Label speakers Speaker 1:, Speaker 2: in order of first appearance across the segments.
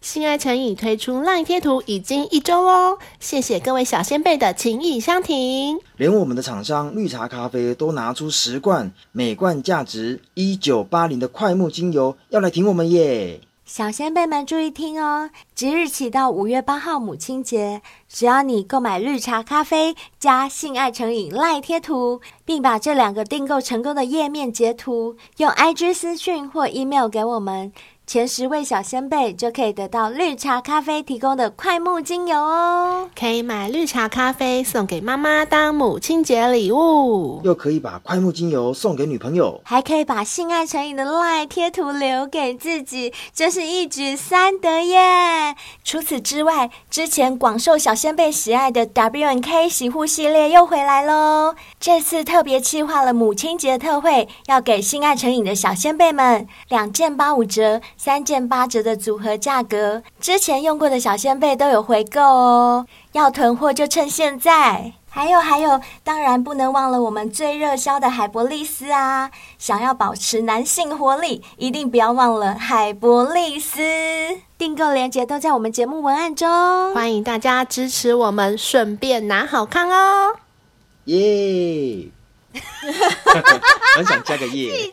Speaker 1: 性爱成瘾推出 LINE 贴图已经一周喽，谢谢各位小先辈的情谊相挺。
Speaker 2: 连我们的厂商绿茶咖啡都拿出十罐，每罐价值一九八零的快木精油要来挺我们耶！
Speaker 3: 小先辈们注意听哦！即日起到五月八号母亲节，只要你购买绿茶咖啡加性爱成瘾赖贴图，并把这两个订购成功的页面截图，用 IG 私讯或 email 给我们，前十位小先辈就可以得到绿茶咖啡提供的快木精油哦！
Speaker 1: 可以买绿茶咖啡送给妈妈当母亲节礼物。
Speaker 2: 又可以把快木精油送给女朋友。
Speaker 3: 还可以把性爱成瘾的赖贴图留给自己，真是一举三得耶！除此之外，之前广受小仙贝喜爱的 W N K 洗护系列又回来喽。这次特别企划了母亲节特惠，要给性爱成瘾的小仙贝们两件八五折、三件八折的组合价格。之前用过的小仙贝都有回购哦，要囤货就趁现在。还有还有，当然不能忘了我们最热销的海博利斯啊！想要保持男性活力，一定不要忘了海博利斯。订购链接都在我们节目文案中哦。
Speaker 1: 欢迎大家支持我们，顺便拿好康哦。
Speaker 2: 耶！ 很想加个耶。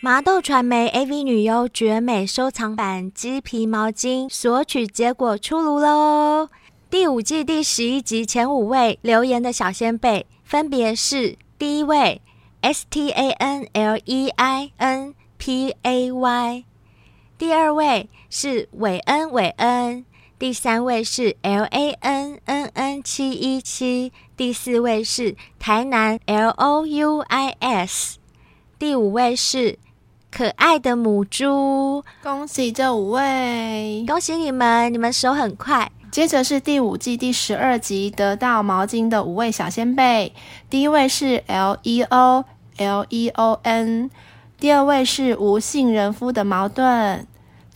Speaker 3: 麻豆传媒 AV 女优绝美收藏版鸡皮毛巾索取结果出炉喽！第五季第十一集前五位留言的小先辈分别是：第一位 S T A N L E I N P A Y，第二位是韦恩韦恩，第三位是 L A N N N 七一七，第四位是台南 L O U I S，第五位是可爱的母猪。
Speaker 1: 恭喜这五位！
Speaker 3: 恭喜你们，你们手很快。
Speaker 1: 接着是第五季第十二集得到毛巾的五位小先辈，第一位是 L E O L E O N，第二位是无性人夫的矛盾，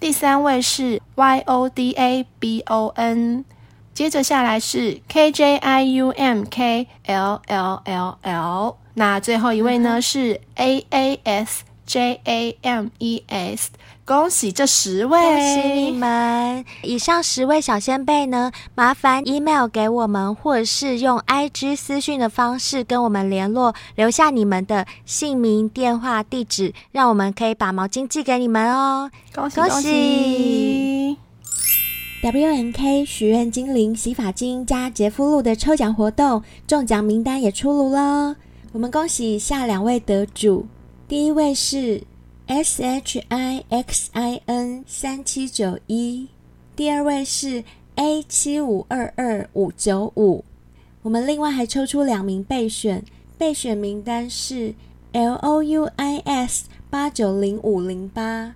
Speaker 1: 第三位是 Y O D A B O N，接着下来是 K J I U M K L L L L，那最后一位呢是 A A S J A M E S，恭喜这十位，
Speaker 3: 恭喜你们！以上十位小先辈呢，麻烦 email 给我们，或是用 IG 私讯的方式跟我们联络，留下你们的姓名、电话、地址，让我们可以把毛巾寄给你们哦。
Speaker 1: 恭喜
Speaker 3: 恭
Speaker 1: 恭
Speaker 3: 喜
Speaker 1: 喜！
Speaker 3: WNK 许愿精灵洗发精加洁肤露的抽奖活动中奖名单也出炉了，我们恭喜以下两位得主，第一位是 S H I X I N 三七九一，第二位是 A 七五二二五九五。我们另外还抽出两名备选，备选名单是 L O U I S 八九零五零八。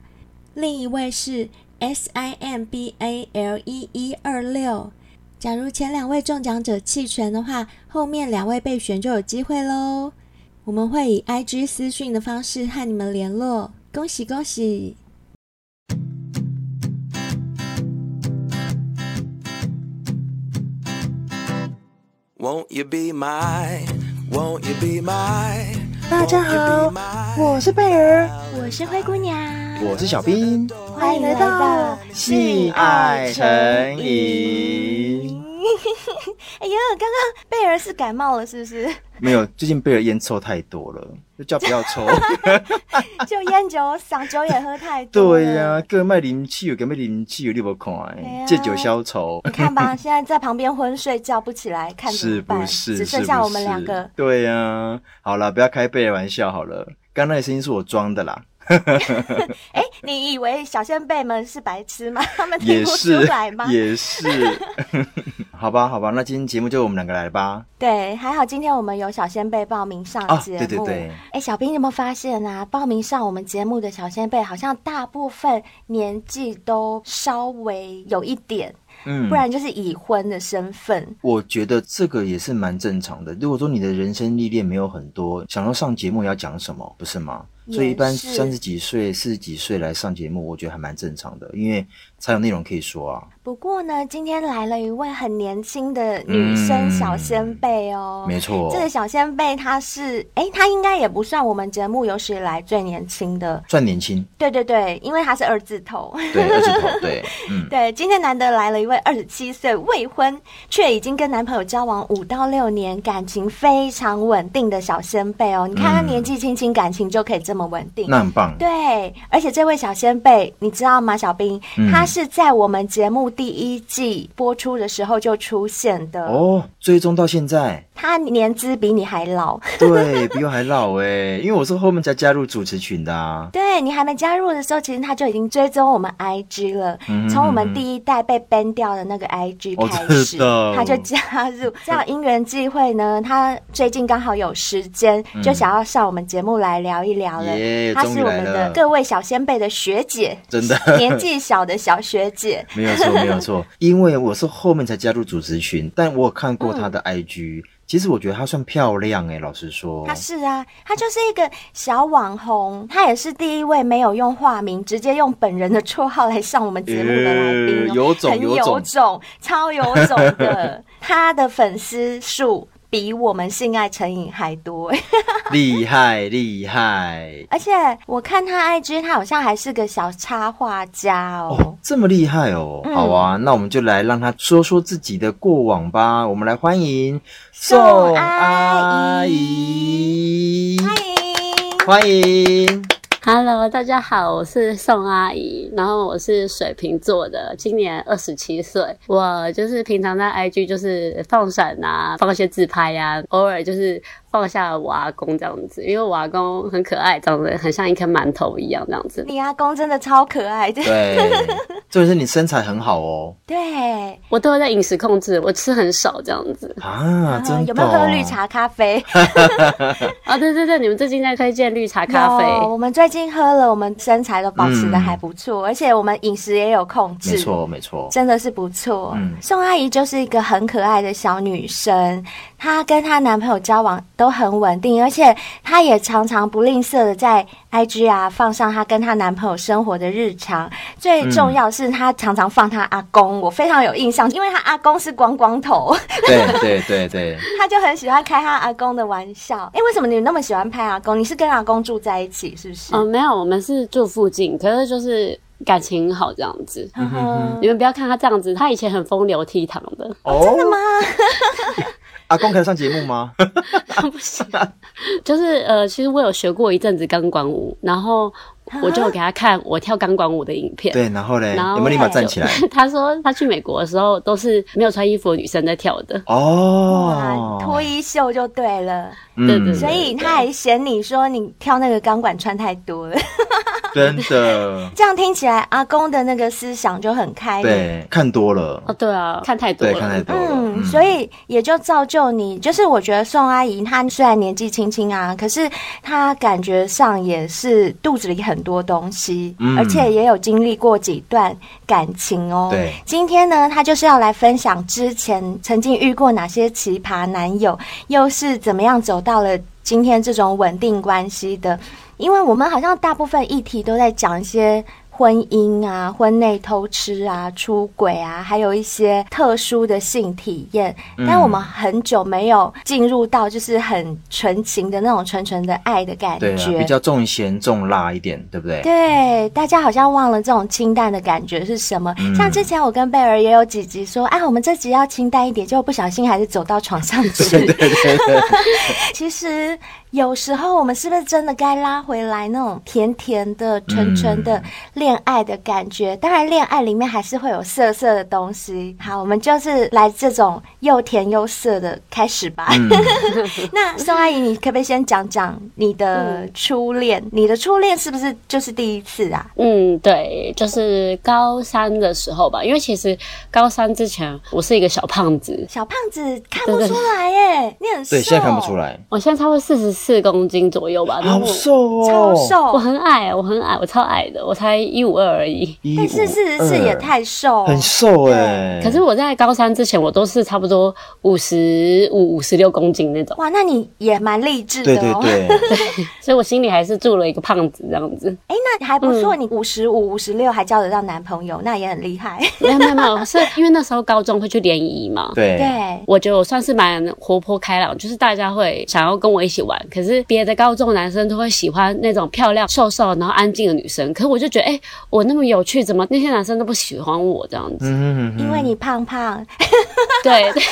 Speaker 3: 另一位是 S I M B A L E 一二六。假如前两位中奖者弃权的话，后面两位备选就有机会喽。我们会以 IG 私讯的方式和你们联络。恭喜恭喜！
Speaker 4: Won't you be my? Won't you be my?
Speaker 5: 大家好，我是贝儿，
Speaker 3: 我是灰姑娘，
Speaker 2: 我是小兵，
Speaker 3: 欢迎来到。
Speaker 2: 性爱成瘾。
Speaker 3: 哎呀，刚刚贝儿是感冒了，是不是？
Speaker 2: 没有，最近贝尔烟抽太多了，就叫不要 抽。
Speaker 3: 就烟酒、嗓酒也喝太多。
Speaker 2: 对呀、、各卖零气，有各卖零气，有你无看
Speaker 3: 对啊，
Speaker 2: 借酒消愁，
Speaker 3: 你看 吧，现在在旁边昏睡，叫不起来，看怎
Speaker 2: 是
Speaker 3: 么
Speaker 2: 不
Speaker 3: 办？
Speaker 2: 是？
Speaker 3: 只剩
Speaker 2: 是
Speaker 3: 下
Speaker 2: 不
Speaker 3: 我们两
Speaker 2: 是
Speaker 3: 个。。
Speaker 2: 对呀、好了，不要开贝尔玩笑好了，刚刚那个声音是我装的 啦。
Speaker 3: 哎，你以为小先辈们是白痴吗？ 他们听
Speaker 2: 也
Speaker 3: 不出
Speaker 2: 是
Speaker 3: 来吗，？
Speaker 2: 也是， 好吧，好吧，那今天节目就我们两个来吧。
Speaker 3: 对，还好今天我们有小先辈报名上
Speaker 2: 啊
Speaker 3: 节目。
Speaker 2: 对对对
Speaker 3: 哎，小兵，你有没有发现啊？报名上我们节目的小先辈，好像大部分年纪都稍微有一点，
Speaker 2: 嗯，
Speaker 3: 不然就是已婚的身份。
Speaker 2: 我觉得这个也是蛮正常的。如果说你的人生历练没有很多，想要上节目要讲什么，不是吗？所以一般
Speaker 6: 也是
Speaker 2: 三十几岁、四十几岁来上节目，我觉得还蛮正常的，因为才有内容可以说啊。
Speaker 3: 不过呢，今天来了一位很年轻的女生
Speaker 2: 嗯
Speaker 3: 小先辈哦，
Speaker 2: 没错
Speaker 3: 这个小先辈她是，诶，她应该也不算我们节目有史以来最年轻的，
Speaker 2: 算年轻，
Speaker 3: 对对对，因为她是二字头。
Speaker 2: 对，二字头，对，嗯，
Speaker 3: 对，今天难得来了一位二十七岁未婚，却已经跟男朋友交往五到六年，感情非常稳定的小先辈哦。你看她
Speaker 2: 嗯
Speaker 3: 年纪轻轻，感情就可以这么稳定，
Speaker 2: 那很棒，
Speaker 3: 对，而且这位小先辈，你知道吗？小兵，
Speaker 2: 嗯
Speaker 3: 他是在我们节目第一季播出的时候就出现的。
Speaker 2: 哦，追踪到现在，
Speaker 3: 他年资比你还老，
Speaker 2: 对比我还老哎，因为我是后面才加入主持群的啊。
Speaker 3: 对你还没加入的时候，其实他就已经追踪我们 IG 了。
Speaker 2: 嗯
Speaker 3: 从我们第一代被 ban 掉的那个 IG
Speaker 2: 哦
Speaker 3: 开始，
Speaker 2: 真的
Speaker 3: 他就加 入。这样因缘际会呢，他最近刚好有时间，就想要上我们节目来聊一聊了。
Speaker 2: 嗯耶
Speaker 3: 他
Speaker 2: 终
Speaker 3: 是
Speaker 2: 于
Speaker 3: 我
Speaker 2: 来
Speaker 3: 们的
Speaker 2: 了
Speaker 3: 各位小先辈的学 姐，
Speaker 2: 真 的
Speaker 3: 年纪小的小学姐。
Speaker 2: 没有错，没有错，因为我是后面才加入主持群，但我有看过
Speaker 3: 嗯
Speaker 2: 她的 IG，、其实我觉得她算漂亮哎、老实说
Speaker 3: 她，是啊，她就是一个小网红，她也是第一位没有用化名，直接用本人的绰号来上我们节目的来宾、哦
Speaker 2: 呃有种
Speaker 3: 很
Speaker 2: 有
Speaker 3: 有
Speaker 2: 种
Speaker 3: 种，超有种 的。她的粉丝数比我们性爱成瘾还多，
Speaker 2: 厉害厉害
Speaker 3: 而且我看她 IG，她好像还是个小插画家哦。
Speaker 2: 哦，这么厉害哦！
Speaker 3: 嗯
Speaker 2: 好啊，那我们就来让她说说自己的过往吧。我们来欢迎
Speaker 3: 宋
Speaker 2: 阿
Speaker 3: 阿
Speaker 2: 姨，
Speaker 3: 欢迎，
Speaker 2: 欢迎。
Speaker 7: Hello，大家好，我是宋阿姨，然后我是水瓶座的，今年二十七岁。我就是平常在 IG 就是放闪啊，放一些自拍呀、偶尔就是放下我阿公这样子，因为我阿公很可爱，长得很像一颗馒头一样这样子。
Speaker 3: 你阿公真的超可爱 的，
Speaker 2: 对，重点是你身材很好 哦
Speaker 3: 对，
Speaker 7: 我都会在饮食控制，我吃很少这样子。
Speaker 2: 啊，真的、哦
Speaker 3: 嗯有没有喝绿？茶 咖啡？
Speaker 7: 啊，对对对，你们最近在推荐绿茶咖啡，
Speaker 3: 有我们最近喝了，我们身材都保持的
Speaker 2: 嗯
Speaker 3: 还不错，而且我们饮食也有控制，
Speaker 2: 没错，没错。
Speaker 3: 真的是不错。
Speaker 2: 嗯
Speaker 3: 宋阿姨就是一个很可爱的小女生，她跟她男朋友交往都很稳定，而且她也常常不吝啬的在 IG 啊放上她跟她男朋友生活的日常。最重要是她常常放她阿公，我非常有印象，因为她阿公是光光头，
Speaker 2: 对对对对，
Speaker 3: 她就很喜欢开她阿公的玩笑。哎、为什么你那么喜欢拍阿公？你是跟阿公住在一起是不是？
Speaker 7: 嗯、没有，我们是住附近，可是就是感情好这样子。
Speaker 3: 嗯哼
Speaker 7: 你们不要看他这样子，他以前很风流倜傥的。
Speaker 2: 哦，真的吗？ 阿公可以上节目吗？
Speaker 7: 不行，就是呃，其实我有学过一阵子钢管舞，然后我就给他看我跳钢管舞的影片。
Speaker 2: 对，然后嘞，
Speaker 7: 然后
Speaker 2: 有没有立马站起来？
Speaker 7: 他说他去美国的时候都是没有穿衣服的女生在跳的。
Speaker 2: 哦
Speaker 3: 哇，，脱衣秀就对了，
Speaker 2: 嗯
Speaker 7: 对对对
Speaker 3: 所以他还嫌你说你挑那个钢管穿太多了，
Speaker 2: 真 的
Speaker 3: 这样听起来阿公的那个思想就很开明。
Speaker 2: 对，看多了，
Speaker 7: 哦，对啊，看太多
Speaker 2: 对，看太
Speaker 7: 了。
Speaker 2: 多了，
Speaker 3: 嗯，所以也就造就你，就是我觉得宋阿姨她虽然年纪轻轻啊，可是她感觉上也是肚子里很多东西，
Speaker 2: 嗯
Speaker 3: 而且也有经历过几段感情哦。
Speaker 2: 对
Speaker 3: 今天呢，她就是要来分享之前曾经遇过哪些奇葩男友，又是怎么样走到了今天这种稳定关系的。因为我们好像大部分议题都在讲一些婚姻啊、婚内偷吃啊、出轨啊，还有一些特殊的性体验，
Speaker 2: 嗯
Speaker 3: 但我们很久没有进入到就是很纯情的那种纯纯的爱的感
Speaker 2: 对啊，
Speaker 3: 觉。
Speaker 2: 比较重咸重辣一点，对不对？
Speaker 3: 对，大家好像忘了这种清淡的感觉是什么。
Speaker 2: 嗯
Speaker 3: 像之前我跟贝儿也有几集说啊，我们这集要清淡一点，结果不小心还是走到床上去。
Speaker 2: 对对对，
Speaker 3: 其实有时候我们是不是真的该拉回来那种甜甜的、纯纯的恋爱的感觉？当然，恋爱里面还是会有涩涩的东西。好，我们就是来这种又甜又涩的开始吧。
Speaker 2: 嗯
Speaker 3: 那宋阿姨，你可不可以先讲讲你的初恋？你的初恋是不是就是第一次啊？
Speaker 7: 嗯，对，就是高三的时候吧，因为其实高三之前我是一个小胖子，
Speaker 3: 小胖子看不出来耶，你很瘦，
Speaker 2: 对，现在看不出。来，
Speaker 7: 我现在差不多四十四公斤左右吧，然后
Speaker 2: 好
Speaker 7: 我
Speaker 2: 瘦哦，
Speaker 3: 超瘦
Speaker 7: 我，很矮，我很矮，我超矮的，我才一五二而已。
Speaker 2: 152，
Speaker 3: 但是是是也太瘦，
Speaker 2: 很瘦哎、
Speaker 7: 可是我在高三之前，我都是差不多五十五、五十六公斤那种，
Speaker 3: 哇，那你也蛮励志的
Speaker 2: 对对
Speaker 3: 哦。
Speaker 2: 对，
Speaker 7: 所以我心里还是住了一个胖子这样子。
Speaker 3: 哎，那还不
Speaker 2: 嗯
Speaker 3: 错，你五十五、五十六还交得到男朋友，那也很厉害。
Speaker 7: 没有没有没有，是因为那时候高中会去联谊嘛，
Speaker 2: 对
Speaker 3: 对，
Speaker 7: 我觉得我算是蛮活泼开朗，就是大家会想要跟我一起玩。可是别的高中男生都会喜欢那种漂亮、瘦瘦然后安静的女生，可是我就觉得，哎、我那么有趣，怎么那些男生都不喜欢我这样子？
Speaker 2: 嗯哼哼哼
Speaker 3: 因为你胖胖，
Speaker 7: 对对，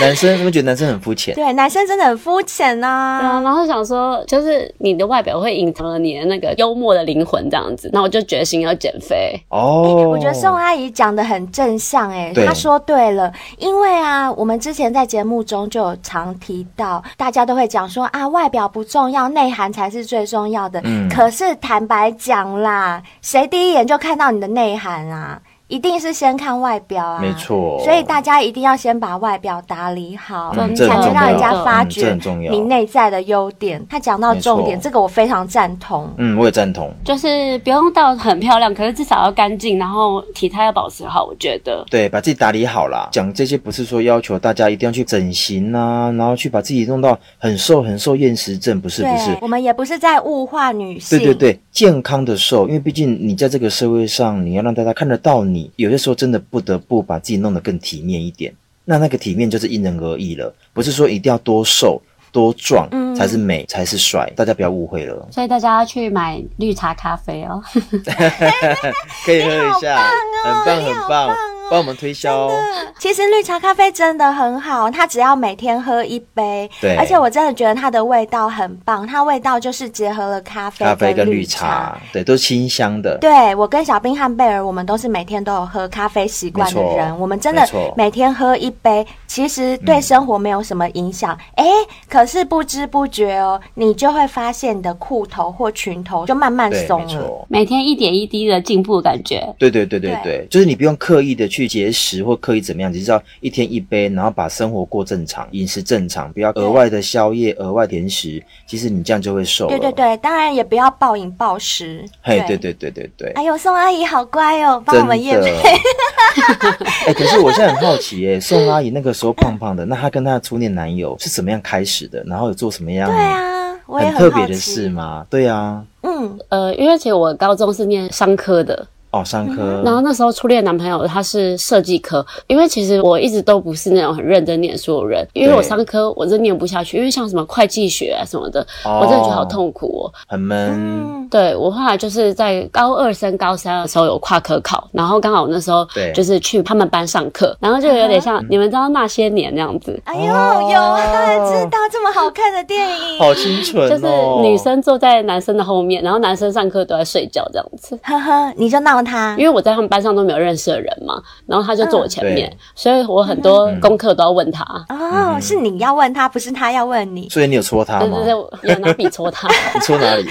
Speaker 2: 男生，你们觉得男生很肤浅？
Speaker 3: 对，男生真的很肤浅啊呐、
Speaker 7: 然后想说，就是你的外表会隐藏了你的那个幽默的灵魂这样子。那我就决心要减肥。
Speaker 2: 哦，
Speaker 3: 我觉得宋阿姨讲的很正向、诶，
Speaker 2: 对
Speaker 3: 她说对了，因为啊，我们之前在节目中就有常提到，大家都会讲说啊，外表不重要，内涵才是最重要的。
Speaker 2: 嗯
Speaker 3: 可是坦白讲啦，谁第一眼就看到你的内涵啊？一定是先看外表啊，
Speaker 2: 没错
Speaker 3: 所以大家一定要先把外表打理好，
Speaker 2: 嗯
Speaker 3: 才
Speaker 2: 这很
Speaker 3: 能
Speaker 2: 重
Speaker 3: 让人
Speaker 2: 要，
Speaker 3: 家发
Speaker 2: 嗯这
Speaker 3: 觉
Speaker 2: 很重要
Speaker 3: 你。内在的优点。他讲到
Speaker 2: 没
Speaker 3: 重点，
Speaker 2: 错
Speaker 3: 这个我非常赞同。
Speaker 2: 嗯，我也赞同。
Speaker 7: 就是不用到很漂亮，可是至少要干净，然后体态要保持好。我觉得，
Speaker 2: 对，把自己打理好啦。讲这些不是说要求大家一定要去整形啊，然后去把自己弄到很瘦很瘦厌食症，不是不是
Speaker 3: 对，。我们也不是在物化女性。
Speaker 2: 对对对，健康的瘦，因为毕竟你在这个社会上，你要让大家看得到你，有些时候真的不得不把自己弄得更体面一点。那那个体面就是因人而异了，不是说一定要多瘦多壮
Speaker 3: 嗯
Speaker 2: 才是美、才是帅，大家不要误会了。
Speaker 7: 所以大家要去买绿茶咖啡哦。
Speaker 2: 可以喝一下，很棒
Speaker 3: 你
Speaker 2: 很
Speaker 3: 好
Speaker 2: 棒
Speaker 3: 棒哦，
Speaker 2: 帮我们推销哦。
Speaker 3: 其实绿茶咖啡真的很好，它只要每天喝一杯，
Speaker 2: 对
Speaker 3: 而且我真的觉得它的味道很棒，它味道就是结合了咖啡
Speaker 2: 咖啡
Speaker 3: 跟
Speaker 2: 跟绿
Speaker 3: 茶。
Speaker 2: 茶，对，都是清香的。
Speaker 3: 对我跟小冰和贝尔，我们都是每天都有喝咖啡习惯的
Speaker 2: 没错
Speaker 3: 人，我们真的
Speaker 2: 没错
Speaker 3: 每天喝一杯，其实对生活没有什么影响。哎、可是不知不觉哦，你就会发现你的裤头或裙头就慢慢
Speaker 2: 对，
Speaker 3: 松
Speaker 2: 没
Speaker 3: 了。
Speaker 2: 错。
Speaker 7: 每天一点一滴的进步，感觉
Speaker 2: 对对对对
Speaker 3: 对
Speaker 2: 对，就是你不用刻意的去节食或刻意怎么样，只是要一天一杯，然后把生活过正常，饮食正常，不要额外的宵夜、额外甜食，其实你这样就会瘦
Speaker 3: 对
Speaker 2: 了。
Speaker 3: 对对，当然也不要暴饮暴食。
Speaker 2: 嘿，对对对对对，
Speaker 3: 哎呦，宋阿姨好乖哦，帮我
Speaker 2: 真
Speaker 3: 们验配
Speaker 2: 的。哎，可是我现在很好奇，哎，宋阿姨那个时候胖胖的，那她跟她的初恋男友是怎么样开始的？然后有做什么样
Speaker 3: 对啊，我也
Speaker 2: 很特
Speaker 3: 好
Speaker 2: 别
Speaker 3: 奇。
Speaker 2: 的事吗？对啊，
Speaker 3: 嗯，
Speaker 7: 呃，因为其实我高中是念商科的，
Speaker 2: 哦，上课，
Speaker 7: 嗯然后那时候初恋男朋友他是设计科，因为其实我一直都不是那种很认真念书的人，因为我商科我真念不下去，因为像什么会计学啊什么的，
Speaker 2: 哦
Speaker 7: 我真的觉得好痛苦哦。
Speaker 2: 很闷，
Speaker 3: 嗯，
Speaker 7: 对我后来就是在高二升高三的时候有跨科考，然后刚好我那时候
Speaker 2: 对嗯
Speaker 7: 就是去他们班上课，然后就有点像你们知道那些年那样子，
Speaker 3: 哎呦，有啊，知
Speaker 2: 哦
Speaker 3: 道这么好看的电 影，
Speaker 2: 好清纯
Speaker 7: 就是
Speaker 2: 哦，
Speaker 7: 女生坐在男生的后面，然后男生上课都在睡觉这样子。
Speaker 3: 呵呵，你就闹他
Speaker 2: 嗯
Speaker 7: 因。为我在他们班上都没有认识的人嘛，然后他就坐我前面，
Speaker 2: 对
Speaker 7: 所以我很多功课都要问他。
Speaker 2: 嗯
Speaker 3: 哦，是你要问他，不是他要问你。
Speaker 2: 所以你有戳他
Speaker 7: 对
Speaker 2: 吗
Speaker 7: 对？对，我有拿笔 戳他，
Speaker 2: 你戳哪里？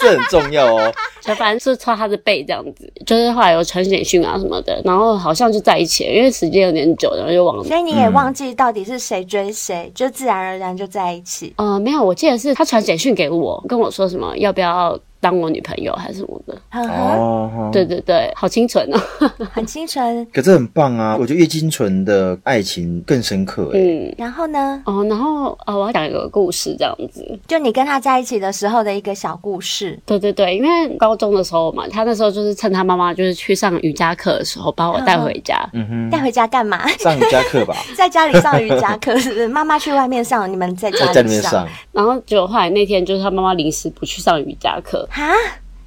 Speaker 2: 这很重要 哦。
Speaker 7: 就反正是戳他的背这样子。就是后来有传简讯啊什么的，然后好像就在一起了，因为时间有点久，然后就忘了。
Speaker 3: 所以你也忘记到底是谁追谁，就自然而然就在一起。
Speaker 7: 呃，没有，我记得是他传简讯给我，跟我说什么要不要当我女朋友还是什么的。
Speaker 3: 呵呵，
Speaker 2: 哦，
Speaker 7: 对。对对，好清纯哦。
Speaker 3: 嗯很清纯。
Speaker 2: 可这很棒啊！我觉得越清纯的爱情更深刻哎、
Speaker 7: 嗯，
Speaker 3: 然后呢，
Speaker 7: 哦，然后呃，我要讲一个故事这样子。
Speaker 3: 就你跟他在一起的时候的一个小故事。
Speaker 7: 对对对，因为高中的时候嘛，他那时候就是趁他妈妈就是去上瑜伽课的时候，把我带回家。
Speaker 2: 嗯
Speaker 3: 带
Speaker 2: 哼，
Speaker 3: 回家干嘛？
Speaker 2: 上瑜伽课吧，
Speaker 3: 在家里上瑜伽课，是不是？妈妈去外面上，你们在
Speaker 2: 在家
Speaker 3: 家
Speaker 2: 里面上。啊
Speaker 7: 然后结果后来那天就是他妈妈临时不去上瑜伽课，
Speaker 3: 哈，
Speaker 2: 啊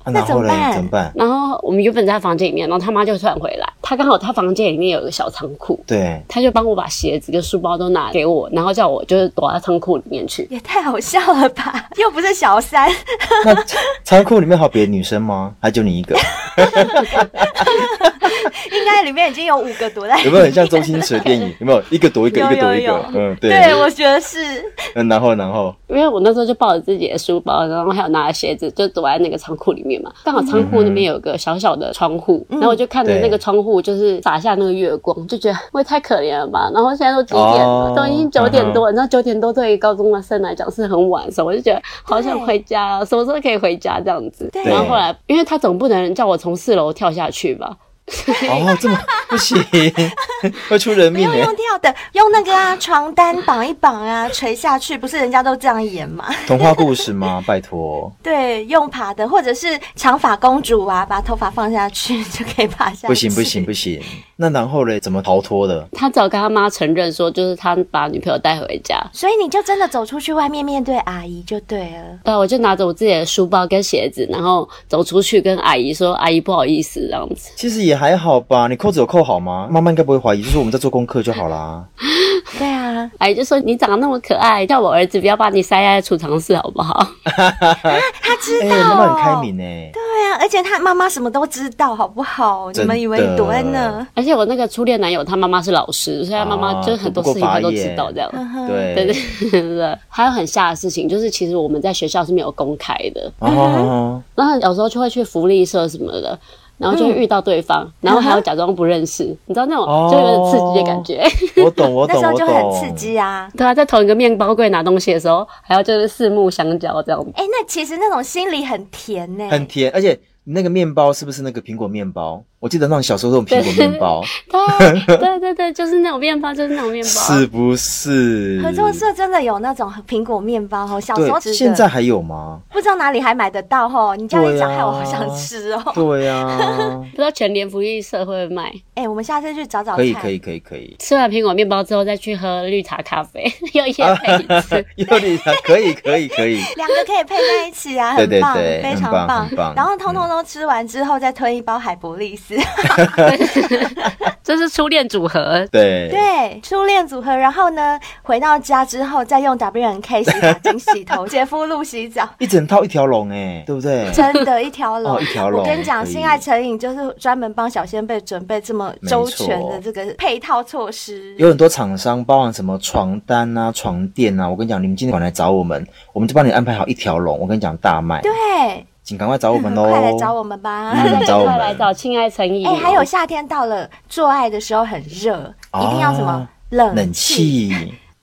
Speaker 3: 那
Speaker 2: 然后
Speaker 3: 怎么办
Speaker 2: 嘞怎么办？
Speaker 7: 然后我们原本在房间里面，然后他妈就突然回来，他刚好他房间里面有一个小仓库。
Speaker 2: 对，
Speaker 7: 他就帮我把鞋子跟书包都拿给我，然后叫我就是躲到仓库里面去。
Speaker 3: 也太好笑了吧！ 又不是小三，
Speaker 2: 那仓仓库里面还有别的女生吗？还就你一个？
Speaker 3: 应该里面已经有五个躲在
Speaker 2: 有没有很像周星驰的电影？有没有一个躲一个，
Speaker 3: 有
Speaker 2: 一个躲一
Speaker 3: 有
Speaker 2: 个
Speaker 3: 有？
Speaker 2: 嗯，对。
Speaker 3: 对，我觉得是。
Speaker 2: 嗯，然后然后，
Speaker 7: 因为我那时候就抱着自己的书包，然后还有拿着鞋子，就躲在那个仓库里面嘛。刚好仓库那边有个小小的窗户，然后我就看着那个窗户，就是洒下那个月光，就觉得我也太可怜了吧。然后现在都几点了，
Speaker 2: 哦
Speaker 7: 都已经九点多了，然后九点多对于高中生来讲是很晚，所以我就觉得好想回家啊，什么时候可以回家这样子。
Speaker 3: 对
Speaker 7: 然后后来，因为他总不能叫我从四楼跳下去吧。
Speaker 2: 哦，这么不 行，会出人
Speaker 3: 不
Speaker 2: 命
Speaker 3: 用
Speaker 2: 哎、
Speaker 3: 用跳的，用那个啊床单绑一绑啊，垂下去，不是人家都这样演吗？
Speaker 2: 童话故事吗？拜托，
Speaker 3: 对，用爬的，或者是长发公主啊，把头发放下去就可以爬下去。
Speaker 2: 不行不行不行。那然后嘞，怎么逃脱的？
Speaker 7: 他只有跟他妈承认说，就是他把女朋友带回家，
Speaker 3: 所以你就真的走出去外面面对阿姨就对了。
Speaker 7: 对，我就拿着我自己的书包跟鞋子，然后走出去跟阿姨说：“阿姨，不好意思，这样子。
Speaker 2: 其实也还好吧，你扣子有扣好吗？妈妈应该不会怀疑，就是我们在做功课就好啦。
Speaker 3: 对啊，”
Speaker 7: 阿姨就说：“你长得那么可爱，叫我儿子不要把你塞在储藏室好不好
Speaker 3: 他知
Speaker 2: 哎、
Speaker 3: 道、哦
Speaker 2: 妈妈很开明哎、
Speaker 3: 对啊，而且他妈妈什么都知道，好不好？你
Speaker 2: 真的
Speaker 3: 们以为你躲在那？”？
Speaker 7: 而且我那个初恋男友他妈妈是老师，所以他妈妈就是很多事情他都知道这样。
Speaker 3: 嗯
Speaker 2: 对
Speaker 7: 对对 对对对，还有很吓的事情就是，其实我们在学校是没有公开的，
Speaker 2: 哦哦，
Speaker 7: 然后有时候就会去福利社什么的，然后就会遇到对方，然后还要假装不认识，你知道那种
Speaker 2: 哦
Speaker 7: 就有点刺激的感觉。
Speaker 2: 哦我懂我
Speaker 3: 那
Speaker 2: 懂
Speaker 3: 时候
Speaker 2: 我
Speaker 3: 就
Speaker 2: 懂，
Speaker 3: 很刺激啊。
Speaker 7: 对啊，在同一个面包柜拿东西的时候，还要就是四目相交这样子。
Speaker 3: 哎、那其实那种心里很甜呢、
Speaker 2: 很甜，而且那个面包是不是那个苹果面包？我记得那种小时候那种苹果面 包，
Speaker 7: 对哦对对对，就是那种面包，就是那种面包。，
Speaker 2: 是不是？
Speaker 3: 合作社真的有那种苹果面包哦，小时候吃
Speaker 2: 对，
Speaker 3: 的，
Speaker 2: 现在还有吗？
Speaker 3: 不知道哪里还买得到哦。你这样一讲，
Speaker 2: 对啊
Speaker 3: 害我好想吃哦。
Speaker 2: 对呀、 啊
Speaker 7: 不知道全联福利社会不会卖。
Speaker 3: 哎、我们下次去找找看。
Speaker 2: 可以可以可以可以，
Speaker 7: 吃完苹果面包之后，再去喝绿茶咖啡， 又也
Speaker 3: 啊
Speaker 7: 可以吃。
Speaker 2: 有理啊，可以可以可以，
Speaker 3: 两个可以配在一起啊，
Speaker 2: 对
Speaker 3: 很
Speaker 2: 对
Speaker 3: 棒，
Speaker 2: 对
Speaker 3: 非
Speaker 2: 很
Speaker 3: 常
Speaker 2: 棒很棒
Speaker 3: 然后通通都吃完之后，再吞一包海博利斯。
Speaker 7: 这是初恋组合，
Speaker 2: 对
Speaker 3: 对，初恋组合。然后呢，回到家之后再用 W N K 洗发精洗头，洁肤露洗 澡。
Speaker 2: 一整套一条龙哎，对不 对？
Speaker 3: 真的，一条龙、
Speaker 2: 哦一条龙
Speaker 3: 我跟你讲，
Speaker 2: 可以
Speaker 3: 性爱成瘾就是专门帮小先辈准备这么周全的这个配套措施。
Speaker 2: 有很多厂商，包含什么床单啊、床垫啊，我跟你讲，你们今天晚来找我们，我们就帮你安排好一条龙。我跟你讲，大卖，
Speaker 3: 对，
Speaker 2: 请赶快找我们喽！
Speaker 3: 快来找我们吧！
Speaker 2: 嗯
Speaker 7: 大家
Speaker 2: 找我
Speaker 7: 快
Speaker 2: 们
Speaker 7: 来找亲爱成瘾
Speaker 3: 哎、
Speaker 7: 哦。
Speaker 3: 还有夏天到了，做爱的时候很热，
Speaker 2: 哦
Speaker 3: 一定要什么冷
Speaker 2: 冷气。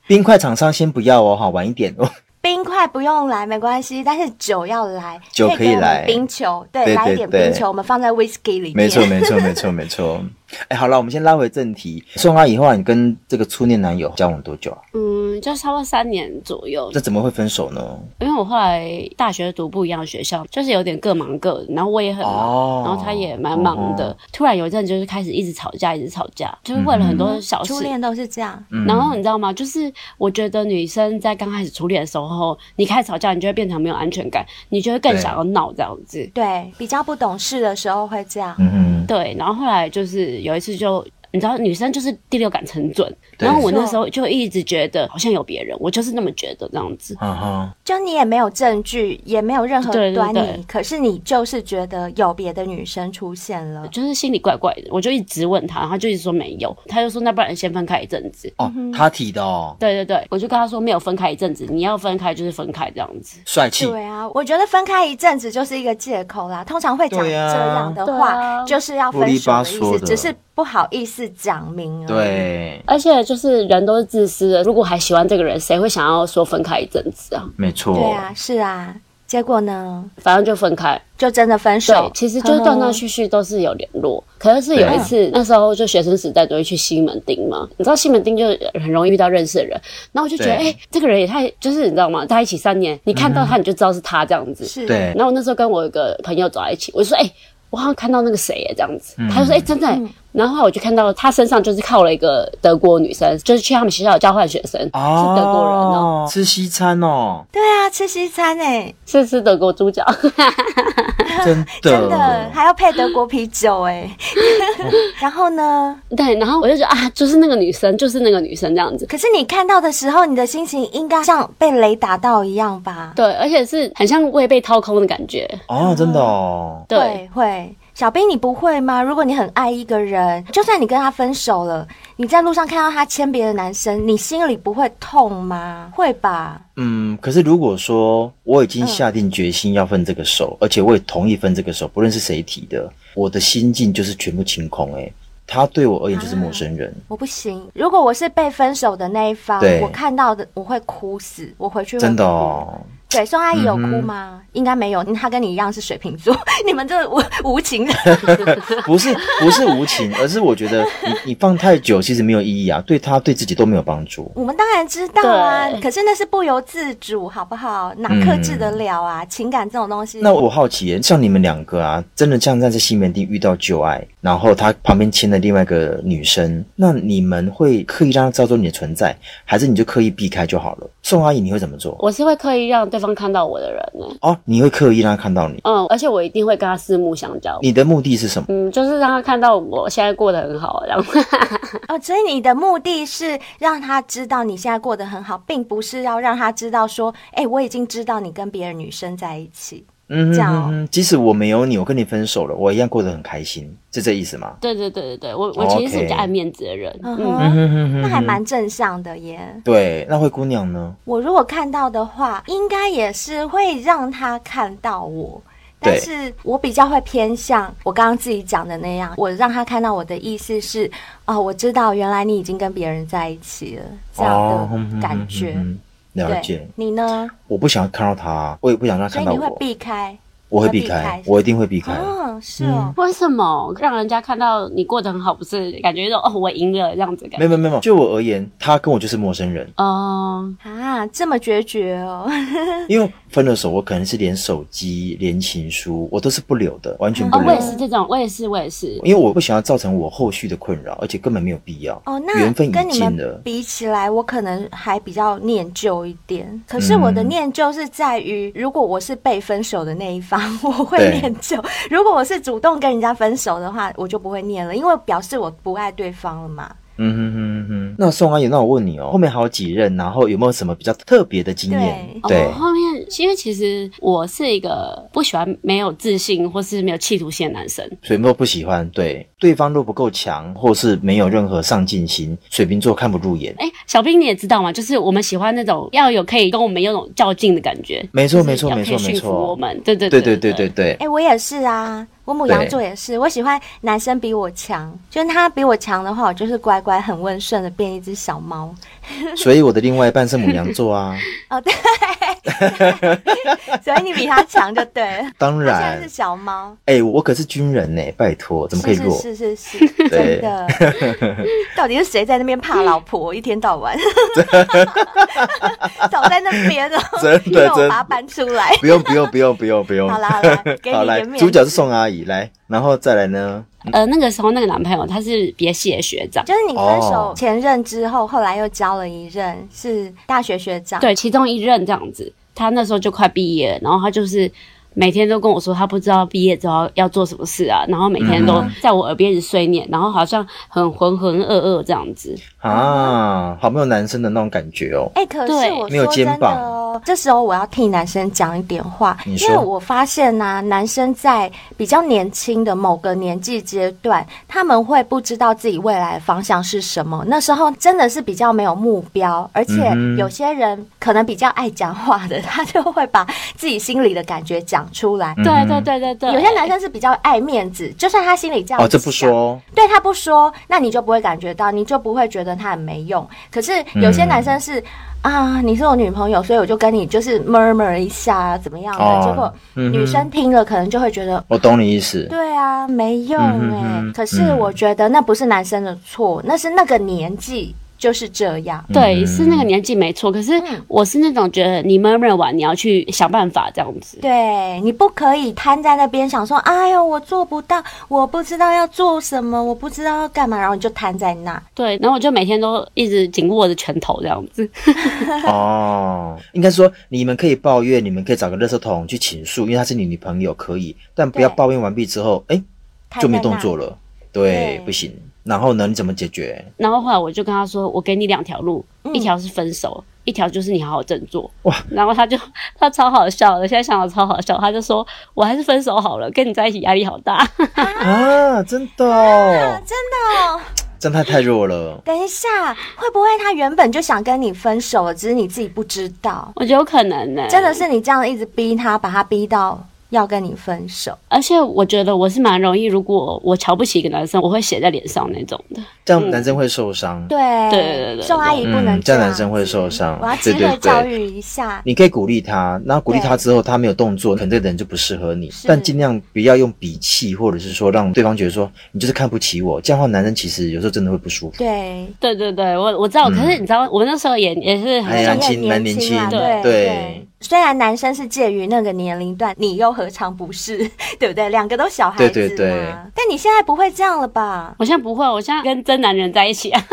Speaker 2: 冰块厂商先不要哦，好晚一 点哦。
Speaker 3: 冰块不用来没关系，但是酒要来，
Speaker 2: 酒可以
Speaker 3: 以给我们
Speaker 2: 来
Speaker 3: 冰球对，
Speaker 2: 对
Speaker 3: 来一
Speaker 2: 对
Speaker 3: 点
Speaker 2: 对
Speaker 3: 冰球，我们放在 whisky 里面，
Speaker 2: 没错，没错，没错，没错。 哎，好了，我们先拉回正题。送阿以后啊，你跟这个初恋男友交往多久啊？
Speaker 7: 嗯，就差不多三年左右
Speaker 2: 这，怎么会分手呢？
Speaker 7: 因为我后来大学读不一样的学校，就是有点各忙各的，然后我也很忙，
Speaker 2: 哦
Speaker 7: 然后他也蛮忙的。突然有一阵就是开始一直吵架，一直吵架，就是为了很多小事。
Speaker 3: 初恋都是这样，
Speaker 2: 嗯
Speaker 7: 然后你知道吗？就是我觉得女生在刚开始初恋的时候，你开始吵架，你就会变成没有安全感，你就会更
Speaker 2: 对
Speaker 7: 想要闹这样子。
Speaker 3: 对，比较不懂事的时候会这样。
Speaker 2: 嗯哼，
Speaker 7: 对，然后后来就是有一次就。你知道女生就是第六感很准，
Speaker 2: 对
Speaker 7: 然后我那时候就一直觉得好像有别人，我就是那么觉得这样子。
Speaker 2: 啊哈，
Speaker 3: 就你也没有证据，也没有任何
Speaker 7: 对对
Speaker 3: 端倪，
Speaker 7: 对
Speaker 3: 可是你就是觉得有别的女生出现了。
Speaker 7: 就是心里怪怪的，我就一直问他，然后他就一直说没有，他就说那不然先分开一阵子。
Speaker 2: 哦，他提的哦，
Speaker 7: 对对对，我就跟他说没有分开一阵子，你要分开就是分开这样子。
Speaker 2: 帅气，
Speaker 3: 对啊，我觉得分开一阵子就是一个借口啦。通常会讲这
Speaker 2: 对啊
Speaker 3: 样的
Speaker 7: 对
Speaker 3: 话，
Speaker 7: 啊
Speaker 3: 就是要分手的意
Speaker 2: 不利巴嗦
Speaker 3: 思，
Speaker 2: 的
Speaker 3: 只是不好意思讲明而已。
Speaker 2: 对，
Speaker 7: 而且就是人都是自私的，如果还喜欢这个人，谁会想要说分开一阵子啊？
Speaker 2: 没错，
Speaker 3: 对啊，是啊。结果呢，
Speaker 7: 反正就分开。
Speaker 3: 就真的分手
Speaker 7: 对，。其实就是断断续续都是有联络。可是是有一次，那时候就学生时代都会去西门町嘛，你知道西门町就很容易遇到认识的人。然后我就觉得，哎、
Speaker 2: 对
Speaker 7: 这个人也太就是你知道吗？在一起三年，你看到他你就知道是他这样子。
Speaker 3: 哦是，
Speaker 2: 对
Speaker 7: 然后我那时候跟我一个朋友走在一起，我就说，哎、我好像看到那个谁耶，这样子，他就说，哎、真的耶、然后后来我就看到他身上就是靠了一个德国女生，就是去他们学校交换学生，
Speaker 2: 哦，
Speaker 7: 是德国人哦，
Speaker 2: 吃西餐 哦，
Speaker 3: 对啊，吃西餐哎，
Speaker 7: 是吃德国猪脚。
Speaker 2: 真的，
Speaker 3: 真的还要配德国啤酒哎。 然后呢？
Speaker 7: 对，然后我就觉得啊，就是那个女生，就是那个女生这样子。
Speaker 3: 可是你看到的时候，你的心情应该像被雷打到一样吧？
Speaker 7: 对，而且是很像胃被掏空的感觉。
Speaker 3: 嗯
Speaker 2: 哦，真的哦，
Speaker 7: 对，
Speaker 3: 会会。小兵，你不会吗？如果你很爱一个人，就算你跟他分手了，你在路上看到他牵别的男生，你心里不会痛吗？会吧？
Speaker 2: 嗯，可是如果说我已经下定决心要分这个手，而且我也同意分这个手，不论是谁提的，我的心境就是全部清空、欸。哎，他对我而言就是陌生人。
Speaker 3: 我不行，如果我是被分手的那一方
Speaker 2: 对，
Speaker 3: 我看到的我会哭死，我回去会
Speaker 2: 真的
Speaker 3: 哭
Speaker 2: 哦，
Speaker 3: 对，宋阿姨有哭
Speaker 2: 嗯
Speaker 3: 吗？应该没有，因为她跟你一样是水瓶座， 你们这无无情 的。啊
Speaker 2: 不是不是无情， 而是我觉得你你放太久其实没有意义啊，对他对自己都没有帮助。
Speaker 3: 我们当然知道啊，
Speaker 7: 对
Speaker 3: 可是那是不由自主，好不好？哪克制得了啊？情感这种东西，
Speaker 2: 嗯那我好奇耶，像你们两个啊，真的像在这西门町遇到旧爱，然后他旁边牵了另外一个女生，那你们会刻意让他知道说你的存在，还是你就刻意避开就好了？宋阿姨，你会怎么做？
Speaker 7: 我是会刻意让对方看到我的人呢、
Speaker 2: 哦，你会刻意让他看到你，
Speaker 7: 嗯，而且我一定会跟他四目相交。
Speaker 2: 你的目的是什么？
Speaker 7: 嗯，就是让他看到我现在过得很好，然后
Speaker 3: 哦，所以你的目的是让他知道你现在过得很好，并不是要让他知道说，哎、我已经知道你跟别的女生在一起。
Speaker 2: 嗯
Speaker 3: 这样哦
Speaker 2: 嗯，即使我没有你，我跟你分手了，我一样过得很开心，是这意思吗？
Speaker 7: 对对对对对，我我其实是比较
Speaker 2: 哦 OK
Speaker 7: 爱面子的人。
Speaker 3: 嗯
Speaker 7: 嗯，
Speaker 3: 哼，
Speaker 2: 嗯哼哼
Speaker 3: 那还蛮正向的耶。
Speaker 2: 对。那灰姑娘呢？
Speaker 3: 我如果看到的话，应该也是会让他看到我。
Speaker 2: 对
Speaker 3: 但是我比较会偏向我刚刚自己讲的那样，我让他看到我的意思是，哦，我知道原来你已经跟别人在一起了，这
Speaker 2: 哦
Speaker 3: 样
Speaker 2: 哼
Speaker 3: 的
Speaker 2: 哼
Speaker 3: 感觉。
Speaker 2: 哼嗯哼哼了解
Speaker 3: 对。，你呢？
Speaker 2: 我不想看到他，我也不想让他看
Speaker 3: 所以
Speaker 2: 到
Speaker 3: 你会
Speaker 2: 我，哎
Speaker 3: 避开？
Speaker 2: 我会
Speaker 3: 避
Speaker 2: 避开
Speaker 3: 开，
Speaker 2: 我一定会避开。
Speaker 3: 哦，是哦。
Speaker 2: 嗯
Speaker 7: 为什么让人家看到你过得很好，不是感觉一种哦我赢了这样子的感
Speaker 2: 没
Speaker 7: 觉？
Speaker 2: 有没有没有，就我而言，他跟我就是陌生人，
Speaker 7: 嗯，
Speaker 3: 啊，这么决绝哦！
Speaker 2: 因为分了手，我可能是连手机、连情书，我都是不留的，完全不
Speaker 7: 哦，
Speaker 2: 留
Speaker 7: 我也。是这种，我也是，我也是。
Speaker 2: 因为我不想要造成我后续的困扰，而且根本没有必要。
Speaker 3: 哦，那
Speaker 2: 缘分
Speaker 3: 跟
Speaker 2: 已
Speaker 3: 你
Speaker 2: 尽
Speaker 3: 们
Speaker 2: 了，
Speaker 3: 比起来，我可能还比较念旧一点。可是我的
Speaker 2: 嗯
Speaker 3: 念旧是在于，如果我是被分手的那一方， 我会
Speaker 2: 对
Speaker 3: 念旧；如果我是主动跟人家分手的话，我就不会念了，因为表示我不爱对方了嘛。
Speaker 2: 嗯哼哼哼哼。那宋阿姨，那我问你哦，后面好几任，然后有没有什么比较特别的经验？
Speaker 7: 哦
Speaker 2: 对，
Speaker 7: 后面因为其实我是一个不喜欢没有自信或是没有企图心的男生，
Speaker 2: 水瓶座不喜欢，对，对方若不够强，或是没有任何上进心，水瓶座看不入眼。
Speaker 7: 哎，小兵你也知道嘛，就是我们喜欢那种要有可以跟我们有种较劲的感觉，
Speaker 2: 没错
Speaker 7: 就是
Speaker 2: 没错
Speaker 7: 要
Speaker 2: 没
Speaker 7: 可以
Speaker 2: 错没
Speaker 7: 驯服我
Speaker 2: 错，
Speaker 7: 们，对对
Speaker 2: 对
Speaker 7: 对
Speaker 2: 对对对对
Speaker 3: 哎、，我也是啊，我母羊座也是，我喜欢男生比我强，就是他比我强的话，我就是乖乖很温顺的变一只小猫。
Speaker 2: 所以我的另外一半是母羊座啊，
Speaker 3: 哦， 对，所以你比他强就对了。
Speaker 2: 当
Speaker 3: 他现在
Speaker 2: 然
Speaker 3: 是，小猫，
Speaker 2: 哎、我可是军人呢、拜托，怎么可以
Speaker 3: 是
Speaker 2: 弱？
Speaker 3: 是是是
Speaker 2: 对
Speaker 3: 是，真的。 到底是谁在那边怕老 婆？一天到晚，早在那边了，
Speaker 2: 真的
Speaker 3: 因为我
Speaker 2: 真
Speaker 3: 把它搬出来。
Speaker 2: 不用不用不用不用不用，
Speaker 3: 好啦好啦 给你一
Speaker 2: 好
Speaker 3: 个
Speaker 2: 来，
Speaker 3: 面子
Speaker 2: 主角是宋阿姨，来，然后再来呢？
Speaker 7: 呃，那个时候那个男朋友他是别系的学长，
Speaker 3: 就是你分
Speaker 2: 哦
Speaker 3: 手前任之后，后来又交了一任，是大学学长。
Speaker 7: 对，其中一任这样子，他那时候就快毕业了，然后他就是每天都跟我说他不知道毕业之后要做什么事啊，然后每天都
Speaker 2: 嗯
Speaker 7: 在我耳边一直碎念，然后好像很浑浑噩噩这样子。
Speaker 3: 嗯
Speaker 2: 啊，好没有男生的那种感觉哦。
Speaker 3: 哎、可是
Speaker 7: 对
Speaker 3: 我
Speaker 2: 没有
Speaker 3: 说
Speaker 2: 肩
Speaker 3: 真的
Speaker 2: 膀
Speaker 3: 哦，这时候我要替男生讲一点话，
Speaker 2: 你
Speaker 3: 因
Speaker 2: 说
Speaker 3: 为我发现呢、男生在比较年轻的某个年纪阶段，他们会不知道自己未来的方向是什么，那时候真的是比较没有目标，而且
Speaker 2: 嗯哼
Speaker 3: 有些人可能比较爱讲话的， 他就会把自己心里的感觉讲出来。
Speaker 2: 嗯
Speaker 7: 对对对对对，
Speaker 3: 有些男生是比较爱面子，就算他心里这样
Speaker 2: 哦，这不
Speaker 3: 想
Speaker 2: 说哦，
Speaker 3: 对他不说，那你就不会感觉到，你就不会觉得他很没用。可是
Speaker 2: 嗯
Speaker 3: 有些男生是、啊，你是我女朋友，所以我就跟你就是 murmur 一下怎么样的，
Speaker 2: 哦
Speaker 3: 结果
Speaker 2: 嗯哼
Speaker 3: 女生听了可能就会觉得。
Speaker 2: 我懂你意思。
Speaker 3: 对啊，没用
Speaker 2: 嗯哼
Speaker 3: 哎、
Speaker 2: 哼
Speaker 3: 可是我觉得那不是男生的错，那是那个年纪就是这样。
Speaker 7: 对
Speaker 2: 嗯
Speaker 7: 是那个年纪没错，可是
Speaker 3: 嗯
Speaker 7: 我是那种觉得你 murmur 完你要去想办法这样子。
Speaker 3: 对你不可以瘫在那边想说，哎呦，我做不到，我不知道要做什么，我不知道要干嘛，然后你就瘫在那。
Speaker 7: 对，然后我就每天都一直紧握着拳头这样子。
Speaker 2: 哦，应该说你们可以抱怨，你们可以找个垃圾桶去倾诉，因为她是你女朋友，可以，但不要
Speaker 3: 对
Speaker 2: 抱怨完毕之后，哎，
Speaker 3: 瘫
Speaker 2: 就没
Speaker 3: 在那
Speaker 2: 动作了。对
Speaker 3: 对，
Speaker 2: 不行。然后呢，你怎么解决？
Speaker 7: 嗯然后后来我就跟他说，我给你两条路，一条是分手，一条就是你好好振作。
Speaker 2: 哇！
Speaker 7: 然后他就 他超好笑的，现在想想超好笑。他就说我还是分手好了，跟你在一起压力好大。
Speaker 2: 啊，真的
Speaker 7: 啊
Speaker 2: 哦，
Speaker 3: 真的哦。
Speaker 2: 真的太弱了。
Speaker 3: 等一下，会不会他原本就想跟你分手了，只是你自己不知道？
Speaker 7: 我觉得有可能呢、
Speaker 3: 真的是你这样一直逼他，把他逼到要跟你分手。
Speaker 7: 而且我觉得我是蛮容易，如果我瞧不起一个男生，我会写在脸上那种的。
Speaker 2: 这样男生会受伤。
Speaker 3: 对
Speaker 7: 嗯对对对对
Speaker 3: 宋阿姨不能
Speaker 2: 嗯，这样男
Speaker 3: 子
Speaker 2: 生会受伤
Speaker 3: 我要。
Speaker 2: 对
Speaker 3: 机
Speaker 2: 对
Speaker 3: 会教
Speaker 2: 对。
Speaker 3: 育一下。
Speaker 2: 你可以鼓励他，那鼓励
Speaker 3: 对
Speaker 2: 他之后，他没有动作，可能这个人就不适合你
Speaker 3: 是。
Speaker 2: 但尽量不要用鄙弃，或者是说让对方觉得说你就是看不起我。这样的话，男人其实有时候真的会不舒服。
Speaker 3: 对，
Speaker 7: 对对对，我我知道，
Speaker 2: 嗯
Speaker 7: 可是你知道，我那时候也也是很
Speaker 2: 哎呀
Speaker 7: 想
Speaker 2: 年轻
Speaker 3: 因为
Speaker 2: 蛮
Speaker 3: 年
Speaker 2: 年
Speaker 3: 轻啊
Speaker 2: 轻
Speaker 3: 对
Speaker 2: 对
Speaker 3: 虽然男生是介于那个年龄段，你又何尝不是， 对不对？两个都小孩子嘛。
Speaker 2: 对对对
Speaker 3: 但你现在不会这样了 吧？
Speaker 7: 我现在不会，我现在跟真男人在一起、啊。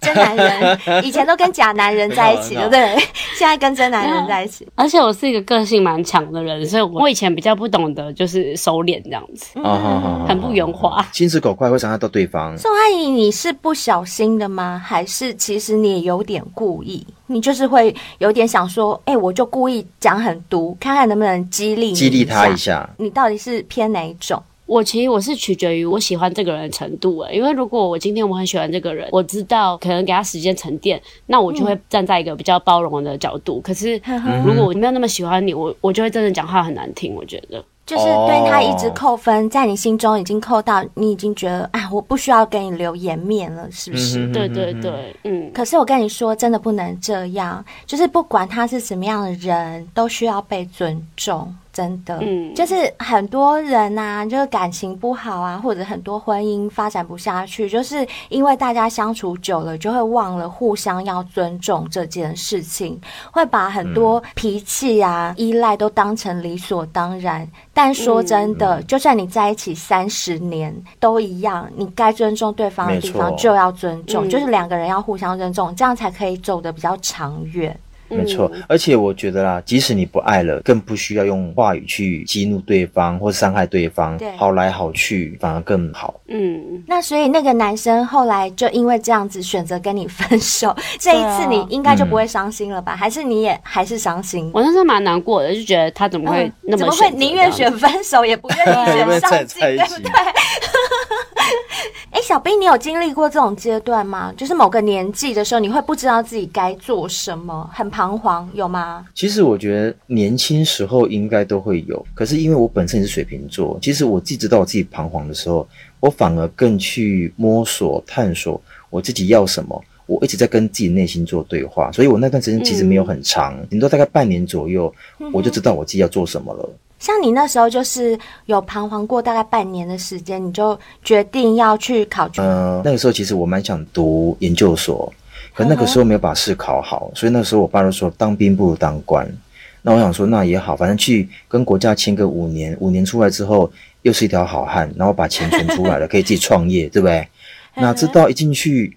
Speaker 3: 真男人以前都跟假男人在一起，对
Speaker 2: 很
Speaker 3: 不
Speaker 2: 好
Speaker 3: 对？现在跟真男人在一起，
Speaker 7: 而且我是一个个性蛮强的人，所以我我以前比较不懂得就是收敛这样子。
Speaker 2: 啊好好好
Speaker 7: 嗯很不圆滑
Speaker 2: 心直口快会伤害到对方。
Speaker 3: 宋阿姨，你是不小心的吗？还是其实你也有点故意？你就是会有点想说，哎、我就故意讲很毒，看看能不能激励你
Speaker 2: 激励他
Speaker 3: 一
Speaker 2: 一。下，
Speaker 3: 你到底是偏哪一种？
Speaker 7: 我其实我是取决于我喜欢这个人的程度欸诶、因为如果我今天我很喜欢这个人，我知道可能给他时间沉淀，那我就会站在一个比较包容的角
Speaker 3: 嗯
Speaker 7: 度。可是
Speaker 2: 嗯
Speaker 7: 嗯如果我没有那么喜欢你，我我就会真的讲话很难听。我觉得，
Speaker 3: 就是对他一
Speaker 2: 哦
Speaker 3: 直扣分，在你心中已经扣到你已经觉得啊，我不需要给你留颜面了，是不是？
Speaker 2: 嗯哼
Speaker 7: 对对对，嗯，
Speaker 3: 可是我跟你说，真的不能这样，就是不管他是什么样的人，都需要被尊重。真的，
Speaker 7: 嗯
Speaker 3: 就是很多人呐、就是感情不好啊，或者很多婚姻发展不下去，就是因为大家相处久了，就会忘了互相要尊重这件事情，会把很
Speaker 7: 嗯
Speaker 3: 多脾气啊、依赖都当成理所当然。但说真的，
Speaker 7: 嗯
Speaker 3: 就算你在一起三十年都一样，你该尊重对方的地
Speaker 2: 没
Speaker 3: 方
Speaker 2: 错
Speaker 3: 就要尊重，
Speaker 7: 嗯
Speaker 3: 就是两个人要互相尊重，这样才可以走得比较长远。
Speaker 7: 嗯
Speaker 2: 没错。
Speaker 3: 嗯
Speaker 2: 而且我觉得啦，即使你不爱了，更不需要用话语去激怒对方或伤害对方
Speaker 3: 对，
Speaker 2: 好来好去反而更好。
Speaker 7: 嗯，
Speaker 3: 那所以那个男生后来就因为这样子选择跟你分手， 这一次你应该就不会伤心了吧？还是你也还是伤心？哦
Speaker 7: 我那时候蛮难过的，就觉得他怎么会那
Speaker 3: 嗯怎么
Speaker 7: 选
Speaker 3: 会
Speaker 7: 择
Speaker 3: 宁愿
Speaker 7: 这
Speaker 3: 选
Speaker 7: 样子
Speaker 3: 分手也不愿意
Speaker 2: 因
Speaker 3: 选
Speaker 2: 为
Speaker 3: 上
Speaker 2: 在
Speaker 3: 进，
Speaker 2: 在
Speaker 3: 对
Speaker 2: 一
Speaker 3: 不
Speaker 2: 起
Speaker 3: 对？哎，小兵，你有经历过这种阶段吗？就是某个年纪的时候，你会不知道自己该做什么，很彷徨，有吗？
Speaker 2: 其实我觉得年轻时候应该都会有，可是因为我本身也是水瓶座，其实我自己知道我自己彷徨的时候，我反而更去摸索、探索我自己要什么。我一直在跟自己内心做对话，所以我那段时间其实没
Speaker 3: 嗯
Speaker 2: 有很长，顶多大概半年左右，我就知道我自己要做什么了。
Speaker 3: 像你那时候就是有彷徨过大概半年的时间，你就决定要去考军。
Speaker 2: 呃，那个时候其实我蛮想读研究所，可那个时候没有把试考好，所以那个时候我爸就说当兵不如当官。那我想说那也好，反正去跟国家签个五年，五年出来之后又是一条好汉，然后把钱存出来了，可以自己创业，对不对？哪知道一进去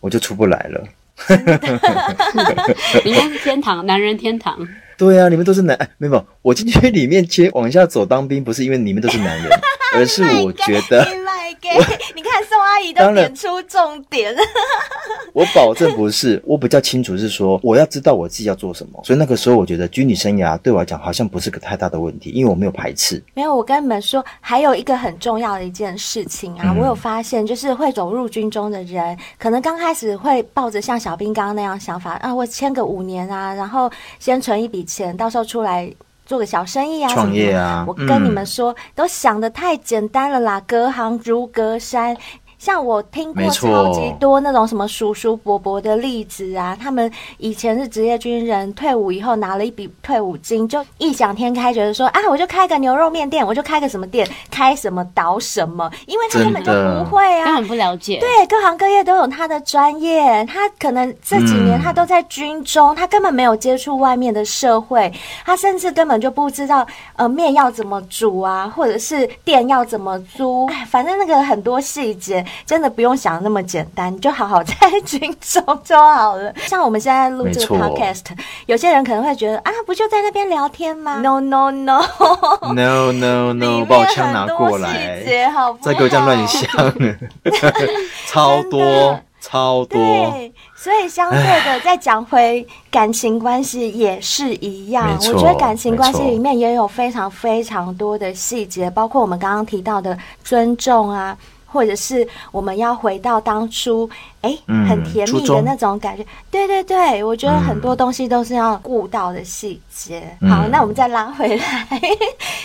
Speaker 2: 我就出不来了。
Speaker 7: 人家是天堂，男人天堂。
Speaker 2: 对啊，你们都是男，哎没有，我进去里面接往下走当兵，不是因为你们都是男人，而是我觉得
Speaker 3: Oh my god！你看宋阿姨都
Speaker 2: 当然
Speaker 3: 点出重点，
Speaker 2: 我保证不是，我比较清楚是说，我要知道我自己要做什么。所以那个时候，我觉得军旅生涯对我来讲好像不是个太大的问题，因为我没有排斥。
Speaker 3: 没有，我跟你们说，还有一个很重要的一件事情啊，
Speaker 2: 嗯
Speaker 3: 我有发现，就是会走入军中的人，可能刚开始会抱着像小兵刚刚那样想法啊，我签个五年啊，然后先存一笔钱，到时候出来做个小生意啊，
Speaker 2: 创业啊
Speaker 3: 什么的我跟你们
Speaker 2: 嗯
Speaker 3: 说，都想的太简单了啦，隔行如隔山。像我听过
Speaker 2: 没错
Speaker 3: 超级多那种什么叔叔伯伯的例子啊，他们以前是职业军人，退伍以后拿了一笔退伍金，就异想天开，觉得说啊，我就开个牛肉面店，我就开个什么店，开什么倒什么，因为他根本就
Speaker 2: 真的
Speaker 3: 不会
Speaker 7: 根
Speaker 3: 啊
Speaker 7: 本。不了解。
Speaker 3: 对，各行各业都有他的专业，他可能这几年
Speaker 2: 嗯
Speaker 3: 他都在军中，他根本没有接触外面的社会，他甚至根本就不知道呃面要怎么煮啊，或者是店要怎么租，哎，反正那个很多细节真的不用想那么简单，你就好好在军中就好了。 像我们现在录这
Speaker 2: 没
Speaker 3: 个
Speaker 2: 错
Speaker 3: podcast，有些人可能会觉得啊，不就在那边聊天吗？No No No，
Speaker 2: No no
Speaker 3: 里面
Speaker 2: no，把我枪拿
Speaker 3: 很多
Speaker 2: 过
Speaker 3: 细
Speaker 2: 来，
Speaker 3: 节好不 好？
Speaker 2: 再给我这样乱想，超
Speaker 3: 真的
Speaker 2: 多。超多。
Speaker 3: 对，所以相对的，再讲回感情关系也是一样。
Speaker 2: 没错
Speaker 3: 我觉得感情关系
Speaker 2: 没错
Speaker 3: 里面也有非常非常多的细节，包括我们刚刚提到的尊重啊，或者是我们要回到当初哎、
Speaker 2: 嗯
Speaker 3: 很甜
Speaker 2: 初
Speaker 3: 蜜的
Speaker 2: 衷
Speaker 3: 那种感觉。对对对，我觉得
Speaker 2: 嗯
Speaker 3: 很多东西都是要顾到的细节。
Speaker 2: 嗯
Speaker 3: 好，那我们再拉回来。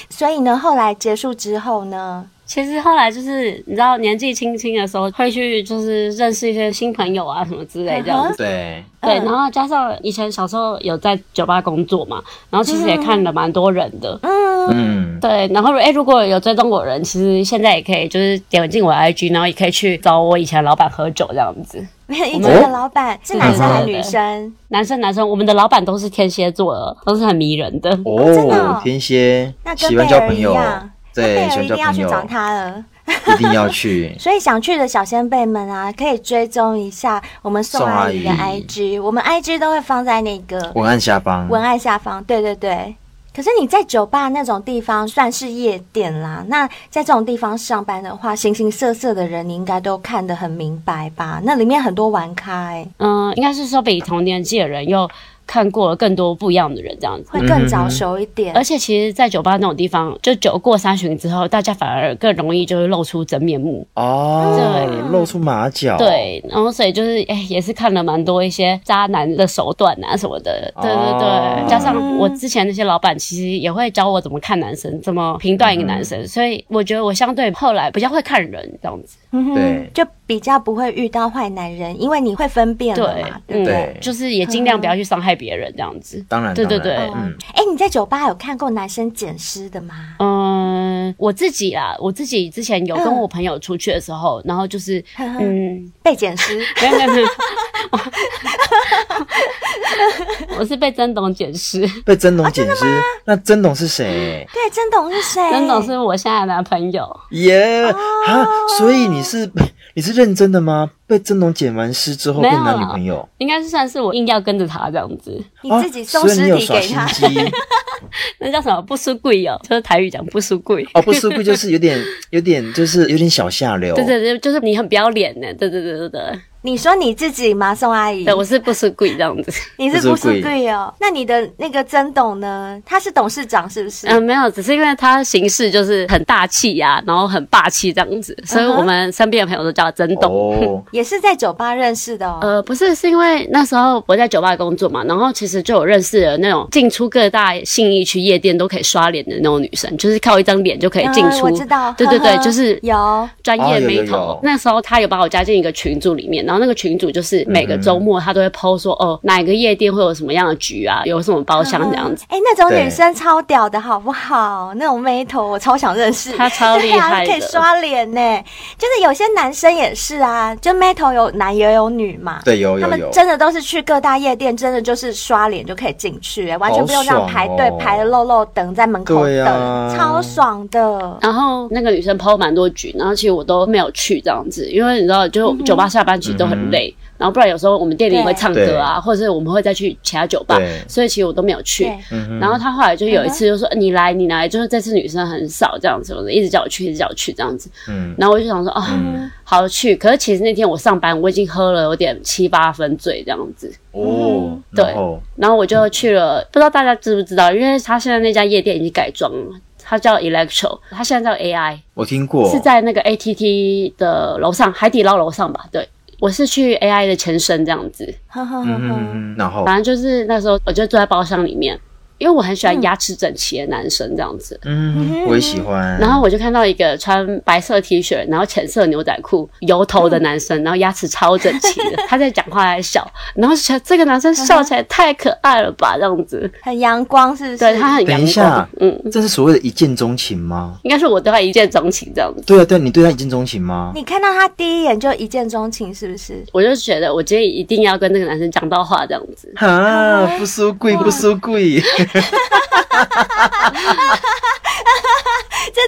Speaker 3: 所以呢，后来结束之 后呢，
Speaker 7: 其实后来就是你知道，年纪轻轻的时候会去就是认识一些新朋友啊什么之类这样子。
Speaker 2: 对，
Speaker 7: 对，
Speaker 3: 嗯
Speaker 7: 然后加上以前小时候有在酒吧工作嘛，然后其实也看了蛮多人的。
Speaker 3: 嗯，
Speaker 2: 嗯，
Speaker 7: 对，然后哎、诶如果有追踪我的人，其实现在也可以就是点进我的 IG，然后也可以去找我以前的老板喝酒这样子。
Speaker 3: 以前
Speaker 2: 哦
Speaker 3: 的老
Speaker 2: 嗯
Speaker 3: 板是男生还是
Speaker 7: 对对
Speaker 3: 女
Speaker 7: 对
Speaker 3: 生？
Speaker 7: 男生男生，我们的老板都是天蝎座的，都是很迷人的。
Speaker 3: 真的哦
Speaker 2: 哦，天蝎
Speaker 3: 那跟
Speaker 2: 喜欢交
Speaker 3: 贝尔
Speaker 2: 朋
Speaker 3: 一
Speaker 2: 友
Speaker 3: 样，贝
Speaker 2: 嗯对，喜欢
Speaker 3: 尔一
Speaker 2: 交
Speaker 3: 定要
Speaker 2: 朋
Speaker 3: 去
Speaker 2: 友，
Speaker 3: 找他了。。
Speaker 2: 一定要去
Speaker 3: 所以想去的小先辈们啊，可以追踪一下我们宋
Speaker 2: 宋
Speaker 3: 阿
Speaker 2: 阿
Speaker 3: 姨
Speaker 2: 姨
Speaker 3: 的
Speaker 2: 嗯
Speaker 3: IG，我们 IG 都会放在那个
Speaker 2: 文案下方，
Speaker 3: 文案下方。对对对。可是你在酒吧那种地方算是夜店啦，那在这种地方上班的话，形形色色的人你应该都看得很明白吧？那里面很多玩咖、欸，
Speaker 7: 嗯、应该是说比同年纪的人又看过了更多不一样的人这样子。
Speaker 3: 会更
Speaker 2: 嗯
Speaker 3: 早熟一点。
Speaker 7: 而且其实，在酒吧那种地方，就酒过三巡之后，大家反而更容易就是露出真面目。
Speaker 2: 哦
Speaker 7: 对，
Speaker 2: 露出马脚，，
Speaker 7: 对，然后所以就是，哎、也是看了蛮多一些渣男的手段啊什么的。对对对，
Speaker 2: 哦
Speaker 7: 加上我之前那些老板其实也会教我怎么看男生，怎么评断一个男生，
Speaker 2: 嗯
Speaker 7: 所以我觉得我相对后来比较会看人这样子。
Speaker 3: 嗯哼
Speaker 2: 对
Speaker 3: 就比较不会遇到坏男人，因为你会分辨了
Speaker 7: 对
Speaker 3: 嘛，，对
Speaker 7: 嗯，
Speaker 3: 不对？
Speaker 2: 对嗯
Speaker 7: 就是也尽量不要去伤害别人这样子。
Speaker 2: 当然，
Speaker 7: 对对
Speaker 2: 当然
Speaker 7: 对
Speaker 2: 嗯，
Speaker 3: 哎、你在酒吧有看过男生捡尸的吗？
Speaker 7: 嗯，我自己啦，我自己之前有跟
Speaker 3: 嗯
Speaker 7: 我朋友出去的时候，然后就是，嗯，
Speaker 3: 被捡尸，
Speaker 7: 没有没有没有， 我我是被曾董解释，
Speaker 2: 被曾董捡尸，那曾董是谁？
Speaker 3: 对，曾董是谁？
Speaker 7: 曾董是我现在的男朋友。
Speaker 2: 耶哈，所以你是 你是认真的吗？被曾董捡完尸之后
Speaker 7: 没
Speaker 2: 变
Speaker 7: 有
Speaker 2: 男
Speaker 7: 啦
Speaker 2: 女朋友，
Speaker 7: 应该是算是我硬要跟着他这样子，
Speaker 3: 你
Speaker 2: 哦
Speaker 3: 自己送
Speaker 2: 所以你
Speaker 3: 尸
Speaker 2: 有
Speaker 3: 体
Speaker 2: 耍
Speaker 3: 给
Speaker 2: 心
Speaker 3: 他，
Speaker 2: 机
Speaker 7: 那叫什么不输贵哦，就是台语讲不输贵。
Speaker 2: 哦，不是，不就是有点 有点就是有点小下流，
Speaker 7: 对对对，就是你很不要脸呢，对对对对对，
Speaker 3: 你说你自己吗？宋阿姨
Speaker 7: 对，我是不输贵这样子。
Speaker 3: 你是不是贵哦？那你的那个曾董呢？他是董事长是不是？
Speaker 7: 嗯，没有，只是因为他行事就是很大气呀、然后很霸气这样子，所以我们身边的朋友都叫他曾董。
Speaker 2: 哦，
Speaker 3: 也是在酒吧认识的哦。
Speaker 7: 呃，不是，是因为那时候我在酒吧工作嘛，然后其实就有认识了那种进出各大信义区夜店都可以刷脸的那种女生，就是靠一张脸就可以进
Speaker 3: 嗯
Speaker 7: 出。
Speaker 3: 我知道，
Speaker 7: 对对对
Speaker 3: 呵，呵
Speaker 7: 就是
Speaker 3: 有
Speaker 7: 专业
Speaker 2: 哦有
Speaker 7: 眉
Speaker 2: 有
Speaker 7: 头。
Speaker 2: 有
Speaker 7: 那时候他有把我加进一个群组里面，然后那个群组就是每
Speaker 2: 嗯
Speaker 7: 个周末他都会 PO 说，哦，哪个夜店会有什么样的局啊，有什么包厢这样子。
Speaker 3: 哎、那种
Speaker 2: 对
Speaker 3: 女生超屌的好不好？那种妹头我超想认识，
Speaker 7: 她超厉害的
Speaker 3: 对啊、可以刷脸呢。就是有些男生也是啊，就妹头有男也有女嘛。
Speaker 2: 对，有
Speaker 3: 他
Speaker 2: 有
Speaker 3: 们
Speaker 2: 有，
Speaker 3: 真的都是去各大夜店，真的就是刷脸就可以进去、哎，完全不用让排
Speaker 2: 好
Speaker 3: 队、
Speaker 2: 爽哦
Speaker 3: 排的漏漏等在门口
Speaker 2: 对
Speaker 3: 等，
Speaker 2: 啊
Speaker 3: 超爽的。
Speaker 7: 然后那个女生 PO 蛮多局，然后其实我都没有去这样子，因为你知道，就酒吧下班其实都很
Speaker 2: 嗯
Speaker 7: 累，然后不然有时候我们店里会唱歌啊，或者是我们会再去其他酒吧
Speaker 2: 对，
Speaker 7: 所以其实我都没有去
Speaker 3: 对。
Speaker 2: 嗯哼
Speaker 7: 然后他后来就有一次就说：“哎你来，你来。”就是这次女生很少这样子，我一直叫我去，一直叫我去这样子。
Speaker 2: 嗯，
Speaker 7: 然后我就想说：“哦，
Speaker 3: 嗯
Speaker 7: 好去。”可是其实那天我上班，我已经喝了有点七八分醉这样子。
Speaker 2: 哦，
Speaker 7: 对
Speaker 2: 然后
Speaker 7: 然后我就去了，不知道大家知不知道，因为他现在那家夜店已经改装了，它叫 Electro，它现在叫 AI。
Speaker 2: 我听过，
Speaker 7: 是在那个 ATT 的楼上，海底捞楼上吧？对，我是去 AI 的前身这样子。
Speaker 3: 呵呵呵
Speaker 2: 嗯
Speaker 3: 呵
Speaker 2: 哼哼，然后
Speaker 7: 反正就是那时候我就坐在包厢里面，因为我很喜欢牙齿整齐的男生这样子。
Speaker 2: 嗯，我也喜欢，
Speaker 7: 然后我就看到一个穿白色 T 恤，然后浅色牛仔裤、油头的男生，然后牙齿超整齐的，他在讲话还笑，然后就觉得这个男生笑起来太可爱了吧，这样子，
Speaker 3: 很阳光是不是？
Speaker 7: 对他很阳
Speaker 2: 等一
Speaker 7: 光
Speaker 2: 下，，
Speaker 7: 嗯，
Speaker 2: 这是所谓的一见钟情吗？
Speaker 7: 应该是我对他一见钟情这样子。
Speaker 2: 对啊，对啊，你对他一见钟情吗？
Speaker 3: 你看到他第一眼就一见钟情，是不是？
Speaker 7: 我就觉得我今天一定要跟那个男生讲到话这样子，
Speaker 2: 哈，不输贵，不输贵，
Speaker 3: 真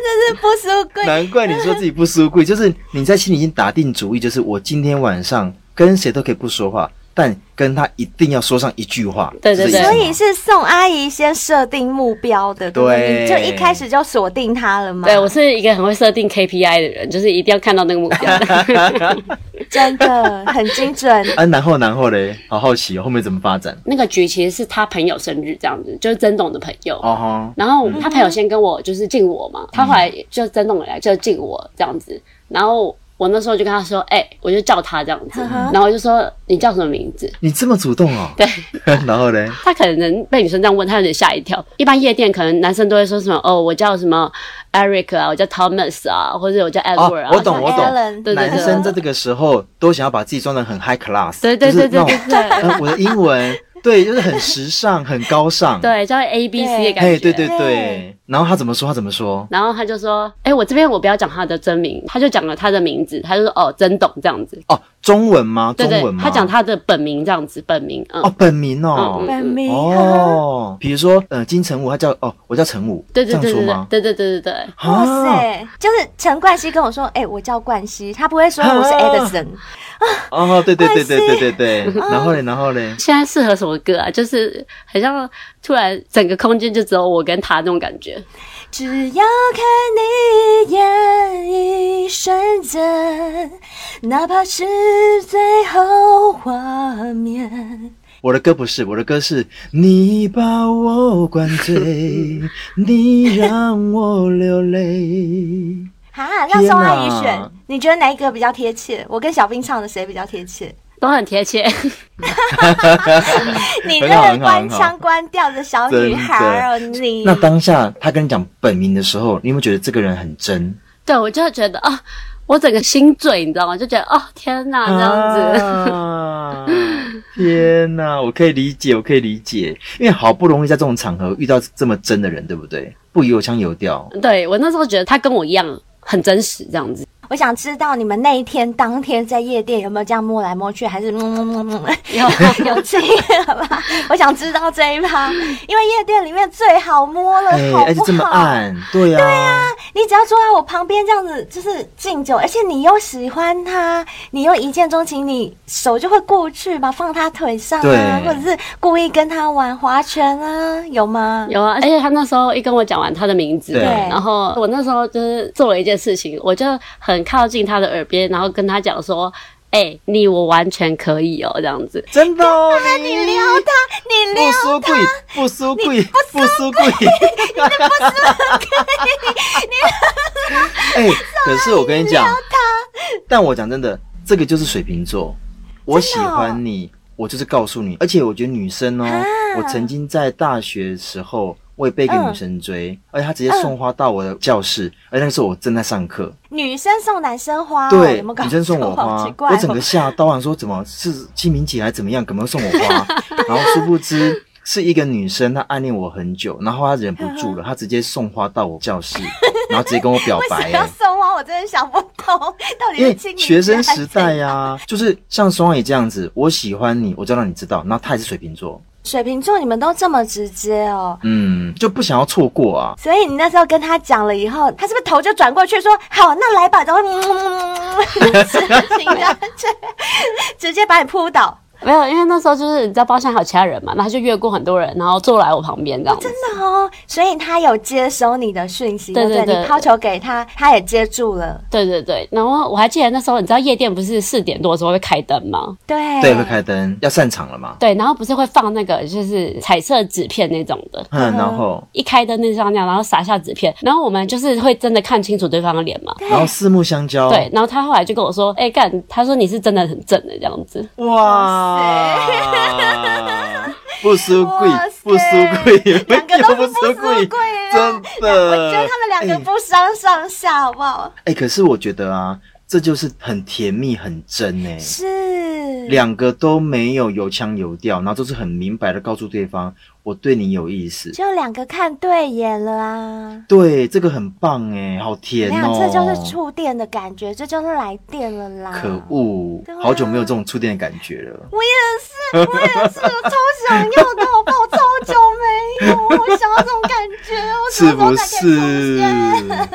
Speaker 3: 的是不输贵，
Speaker 2: 难怪你说自己不输贵， 就是你在心里已经打定主意，就是我今天晚上跟谁都可以不说话，但跟他一定要说上一句话。
Speaker 7: 对对
Speaker 2: 是这意思吗
Speaker 3: 所以是宋阿姨先设定目标的，对不对？
Speaker 2: 对
Speaker 3: 你就一开始就锁定他了嘛？
Speaker 7: 对，我是一个很会设定 KPI 的人，就是一定要看到那个目标。
Speaker 3: 真的很精 准。
Speaker 2: 啊，然后然后嘞，好好奇、哦、后面怎么发展？
Speaker 7: 那个局其实是他朋友生日这样子，就是曾董的朋友。
Speaker 2: 哦嗯吼，
Speaker 7: 然后他朋友先跟我就是敬我嘛，他后来就曾董来就敬我这样子，然后我那时候就跟他说，哎、我就叫他这样
Speaker 2: 嗯
Speaker 7: 子，然后我就说你叫什么名字？
Speaker 2: 你这么主动哦。
Speaker 7: 对，
Speaker 2: 然后嘞，
Speaker 7: 他可能被女生这样问，他有点吓一跳。一般夜店可能男生都会说什么哦，我叫什么 Eric 啊，我叫 Thomas 啊，或者我叫
Speaker 2: 哦
Speaker 7: Edward 啊。，
Speaker 2: 我懂我懂
Speaker 3: Alan，，
Speaker 7: 对对对
Speaker 2: 男生在这个时候都想要把自己装得很 high class，
Speaker 7: 对对
Speaker 2: 就是那
Speaker 7: 对对
Speaker 2: 种
Speaker 7: 对对
Speaker 2: 呃，我的英 文，对，就是很时尚、很高尚。，
Speaker 7: 对，叫 A B C 的感
Speaker 2: 嘿，
Speaker 7: 觉。
Speaker 2: 对对对
Speaker 3: 对。
Speaker 2: 然后他怎么说？他怎么说？
Speaker 7: 然后他就说：“哎、我这边我不要讲他的真名，他就讲了他的名字，他就说哦，曾董这样子，
Speaker 2: 哦，中文吗？
Speaker 7: 对
Speaker 2: 中
Speaker 7: 对
Speaker 2: 文，吗？
Speaker 7: 他讲他的本名这样子，本名，嗯，
Speaker 2: 哦，本名哦
Speaker 7: 嗯。嗯
Speaker 3: 本名
Speaker 2: 哦，比如说，呃，金城武，他叫哦，我叫陈武，
Speaker 7: 对对
Speaker 2: 这样
Speaker 7: 对对
Speaker 2: 说
Speaker 7: 对
Speaker 2: 吗？
Speaker 7: 对对对对对，
Speaker 3: 哇
Speaker 2: 啊，
Speaker 3: 塞，就是陈冠希跟我说，哎、我叫冠希，他不会说我是
Speaker 2: 啊
Speaker 3: Edison，、
Speaker 2: 哦，对对对对对
Speaker 3: 冠希
Speaker 2: 对对对，然后嘞，然后嘞，
Speaker 7: 现在适合什么歌啊？就是很像突然整个空间就只有我跟他那种感觉，
Speaker 3: 只要看你一眼，一瞬间，哪怕是最后画面。
Speaker 2: 我的歌不是，我的歌是你把我灌醉，你让我流泪。
Speaker 3: 哈，让宋阿姨
Speaker 2: 天
Speaker 3: 选
Speaker 2: 哪，
Speaker 3: 你觉得哪一个比较贴切？我跟小兵唱的谁比较贴切？
Speaker 7: 都很贴切。
Speaker 3: 你这
Speaker 2: 很好很好
Speaker 3: 个官
Speaker 2: 很好
Speaker 3: 腔官调的小女孩哦，你
Speaker 2: 那当下他跟你讲本名的时候，你有没有觉得这个人很真？
Speaker 7: 对我就会觉得啊、我整个心醉，你知道吗？就觉得哦，天
Speaker 3: 啊
Speaker 7: 哪，这样子，
Speaker 2: 啊天哪，我可以理解，我可以理解，因为好不容易在这种场合遇到这么真的人，对不对？不油腔油调，
Speaker 7: 对我那时候觉得他跟我一样很真实，这样子。
Speaker 3: 我想知道你们那一天当天在夜店有没有这样摸来摸去，还是摸摸摸摸
Speaker 7: 有
Speaker 3: 有经验吧？我想知道这一趴，因为夜店里面最好摸了，
Speaker 2: 哎、
Speaker 3: 好啊
Speaker 2: 而且
Speaker 3: 不
Speaker 2: 这么
Speaker 3: 好？
Speaker 2: 暗，对啊呀、
Speaker 3: 你只要坐在我旁边这样子，就是敬酒，而且你又喜欢他，你又一见钟情，你手就会过去嘛，放他腿上啊，
Speaker 2: 对
Speaker 3: 或者是故意跟他玩划拳啊，有吗？
Speaker 7: 有啊，而且他那时候一跟我讲完他的名字，
Speaker 2: 对
Speaker 7: 然后我那时候就是做了一件事情，我就很靠近他的耳边，然后跟他讲说：“哎、你我完全可以哦，这样子。
Speaker 2: 真的、哦，
Speaker 3: 啊你撩他，你
Speaker 2: 不
Speaker 3: 撩
Speaker 2: 输贵，不输贵，不输贵，哎、可是我跟你讲，但我讲真的，这个就是水瓶座，我喜欢你，我就是告诉你，而且我觉得女生哦，我曾经在大学时候。我也被一个女生追，而且她直接送花到我的教室，而那个时候我正在上课，
Speaker 3: 女生送男生花哦、
Speaker 2: 对，
Speaker 3: 有没有搞
Speaker 2: 女生送我
Speaker 3: 错好
Speaker 2: 花
Speaker 3: 奇，怪哦、
Speaker 2: 我整个吓到，我想说怎么是清明节还怎么样，怎么送我 花？然后殊不知是一个女生，她暗恋我很久，然后她忍不 住了，她直接送花到我教室，然后直接跟我表
Speaker 3: 为
Speaker 2: 白、
Speaker 3: 什么要
Speaker 2: 欸。
Speaker 3: 送 花？我真的想不通，到
Speaker 2: 因
Speaker 3: 底是
Speaker 2: 为
Speaker 3: 清明节
Speaker 2: 学生时
Speaker 3: 还
Speaker 2: 代啊
Speaker 3: 是
Speaker 2: 呀、就是像双也这样子，我喜欢你，我就让你知道。然后她也是水瓶座，
Speaker 3: 水瓶座，你们都这么直接哦。
Speaker 2: 嗯，就不想要错过啊。
Speaker 3: 所以你那时候跟他讲了以后，他是不是头就转过去说：“好，那来吧。”然后嗯嗯嗯嗯直接直接把你扑倒，
Speaker 7: 没有，因为那时候就是你知道包厢还有其他人嘛，然后他就越过很多人，然后坐来我旁边这样子。
Speaker 3: 真的哦。所以他有接收你的讯息，
Speaker 7: 对
Speaker 3: 对不
Speaker 7: 对对
Speaker 3: 你抛球给他，他也接住了。
Speaker 7: 对对对，然后我还记得那时候，你知道夜店不是四点多的时候会开灯吗？
Speaker 3: 对，
Speaker 2: 对，会开灯，要散场了嘛。
Speaker 7: 对，然后不是会放那个就是彩色纸片那种的，
Speaker 2: 嗯，然后
Speaker 7: 一开灯那张那样，然后撒下纸片，然后我们就是会真的看清楚对方的脸嘛。
Speaker 2: 然后四目相交，
Speaker 7: 对，，然后他后来就跟我说：“哎、干，他说你是真的很正的这样子。
Speaker 2: 哇！不输贵
Speaker 3: 哇塞，
Speaker 2: 不输贵，
Speaker 3: 两个 都
Speaker 2: 不
Speaker 3: 是不
Speaker 2: 输
Speaker 3: 富贵啊
Speaker 2: 真的。
Speaker 3: 我觉得他们两个
Speaker 2: 哎
Speaker 3: 不相上下，好不好？
Speaker 2: 哎、可是我觉得啊，这就是很甜蜜、很真哎、
Speaker 3: 是，
Speaker 2: 两个都没有油腔油调，然后都是很明白的告诉对方，我对你有意思。
Speaker 3: 就两个看对眼了啊。
Speaker 2: 对，这个很棒哎、好甜
Speaker 3: 没
Speaker 2: 哦、
Speaker 3: 有，这就是触电的感觉，这就是来电了啦。
Speaker 2: 可恶
Speaker 3: 对啊，
Speaker 2: 好久没有这种触电的感觉了。
Speaker 3: 我也是，我也是，我超想要的，好不好？我超久没有，我想要这种感觉，我什
Speaker 2: 是
Speaker 3: 么
Speaker 2: 不
Speaker 3: 时候才可以
Speaker 2: 是
Speaker 3: 出现？？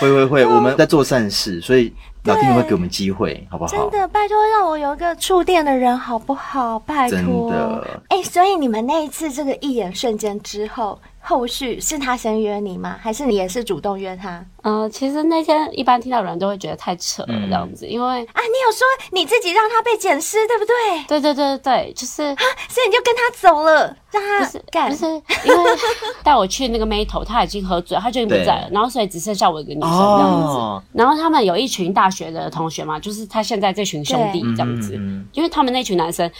Speaker 2: 会会会，我们在做善事，所以老天爷会给我们机会，好不好
Speaker 3: 真？的，拜托让我有一个触电的人好不好？拜
Speaker 2: 真
Speaker 3: 托。
Speaker 2: 的
Speaker 3: 哎、所以你们那一次这个一眼瞬间之后，后续是他先约你吗？还是你也是主动约他？啊
Speaker 7: 呃，其实那天一般听到有人都会觉得太扯了
Speaker 2: 嗯
Speaker 7: 这样子，因为
Speaker 3: 啊，你有说你自己让他被捡尸，对不对？啊
Speaker 7: 对对对对，就是
Speaker 3: 所以你就跟他走了，让
Speaker 7: 不
Speaker 3: 他
Speaker 7: 是
Speaker 3: 干
Speaker 7: 不。是因为 带我去那个妹头，他已经喝醉，他就已经不在了
Speaker 2: 对，
Speaker 7: 然后所以只剩下我一个女生这样子。
Speaker 2: 哦，
Speaker 7: 然后他们有一群大学的同学嘛，就是他现在这群兄弟
Speaker 2: 嗯
Speaker 7: 这样子，
Speaker 2: 嗯嗯
Speaker 7: 因为他们那群男生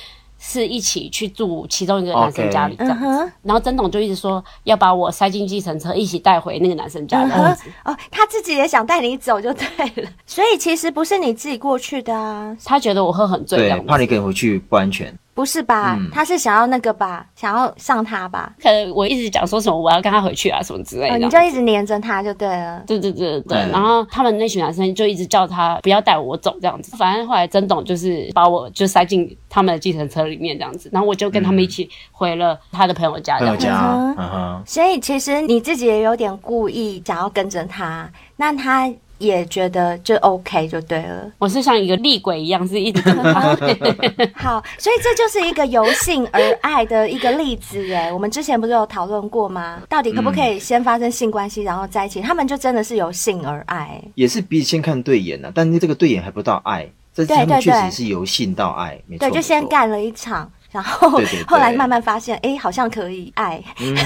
Speaker 7: 是一起去住其中一个男生家
Speaker 2: 哦
Speaker 7: 里这样子。
Speaker 3: 嗯哼，
Speaker 7: 然后曾董就一直说要把我塞进计程车，一起带回那个男生家
Speaker 3: 嗯
Speaker 7: 这样
Speaker 3: 哼
Speaker 7: 子。，
Speaker 3: 哦，他自己也想带你走就对了， 所以其实不是你自己过去的啊，
Speaker 7: 他觉得我喝很醉这
Speaker 2: 对
Speaker 7: 样，
Speaker 2: 怕
Speaker 7: 子，
Speaker 2: 你给回去不安全。
Speaker 3: 不是吧？
Speaker 2: 嗯
Speaker 3: 他是想要那个吧，想要上他吧，
Speaker 7: 可能我一直讲说什么我要跟他回去啊什么之类
Speaker 3: 哦，
Speaker 7: 的。
Speaker 3: 你就一直黏着他就对了。
Speaker 7: 对对对对对，
Speaker 2: 嗯
Speaker 7: 然后他们那群男生就一直叫他不要带我走这样子，反正后来曾董就是把我就塞进他们的计程车里面这样子，然后我就跟他们一起回了他的朋友家这
Speaker 2: 朋友
Speaker 7: 样子。
Speaker 2: 家
Speaker 3: 嗯，
Speaker 2: 嗯哼，
Speaker 3: 所以其实你自己也有点故意想要跟着他，那他也觉得就 OK 就对了。
Speaker 7: 我是像一个厉鬼一样，是一直跟着 他。
Speaker 3: 好，所以这就是一个由性而爱的一个例子哎。 我们之前不是有讨论过吗？到底可不可以先发生性关系然后在一起？他们就真的是由性而爱。
Speaker 2: 也是彼此先看对眼呐、啊，但是这个对眼还不到爱，这
Speaker 3: 对
Speaker 2: 他们
Speaker 3: 对
Speaker 2: 确
Speaker 3: 对
Speaker 2: 实是由性到爱，没错，
Speaker 3: 对，就先
Speaker 2: 没错。
Speaker 3: 干了一场，然后
Speaker 2: 对嗯对对
Speaker 3: 后来慢慢发现，哎，好像可以哎爱。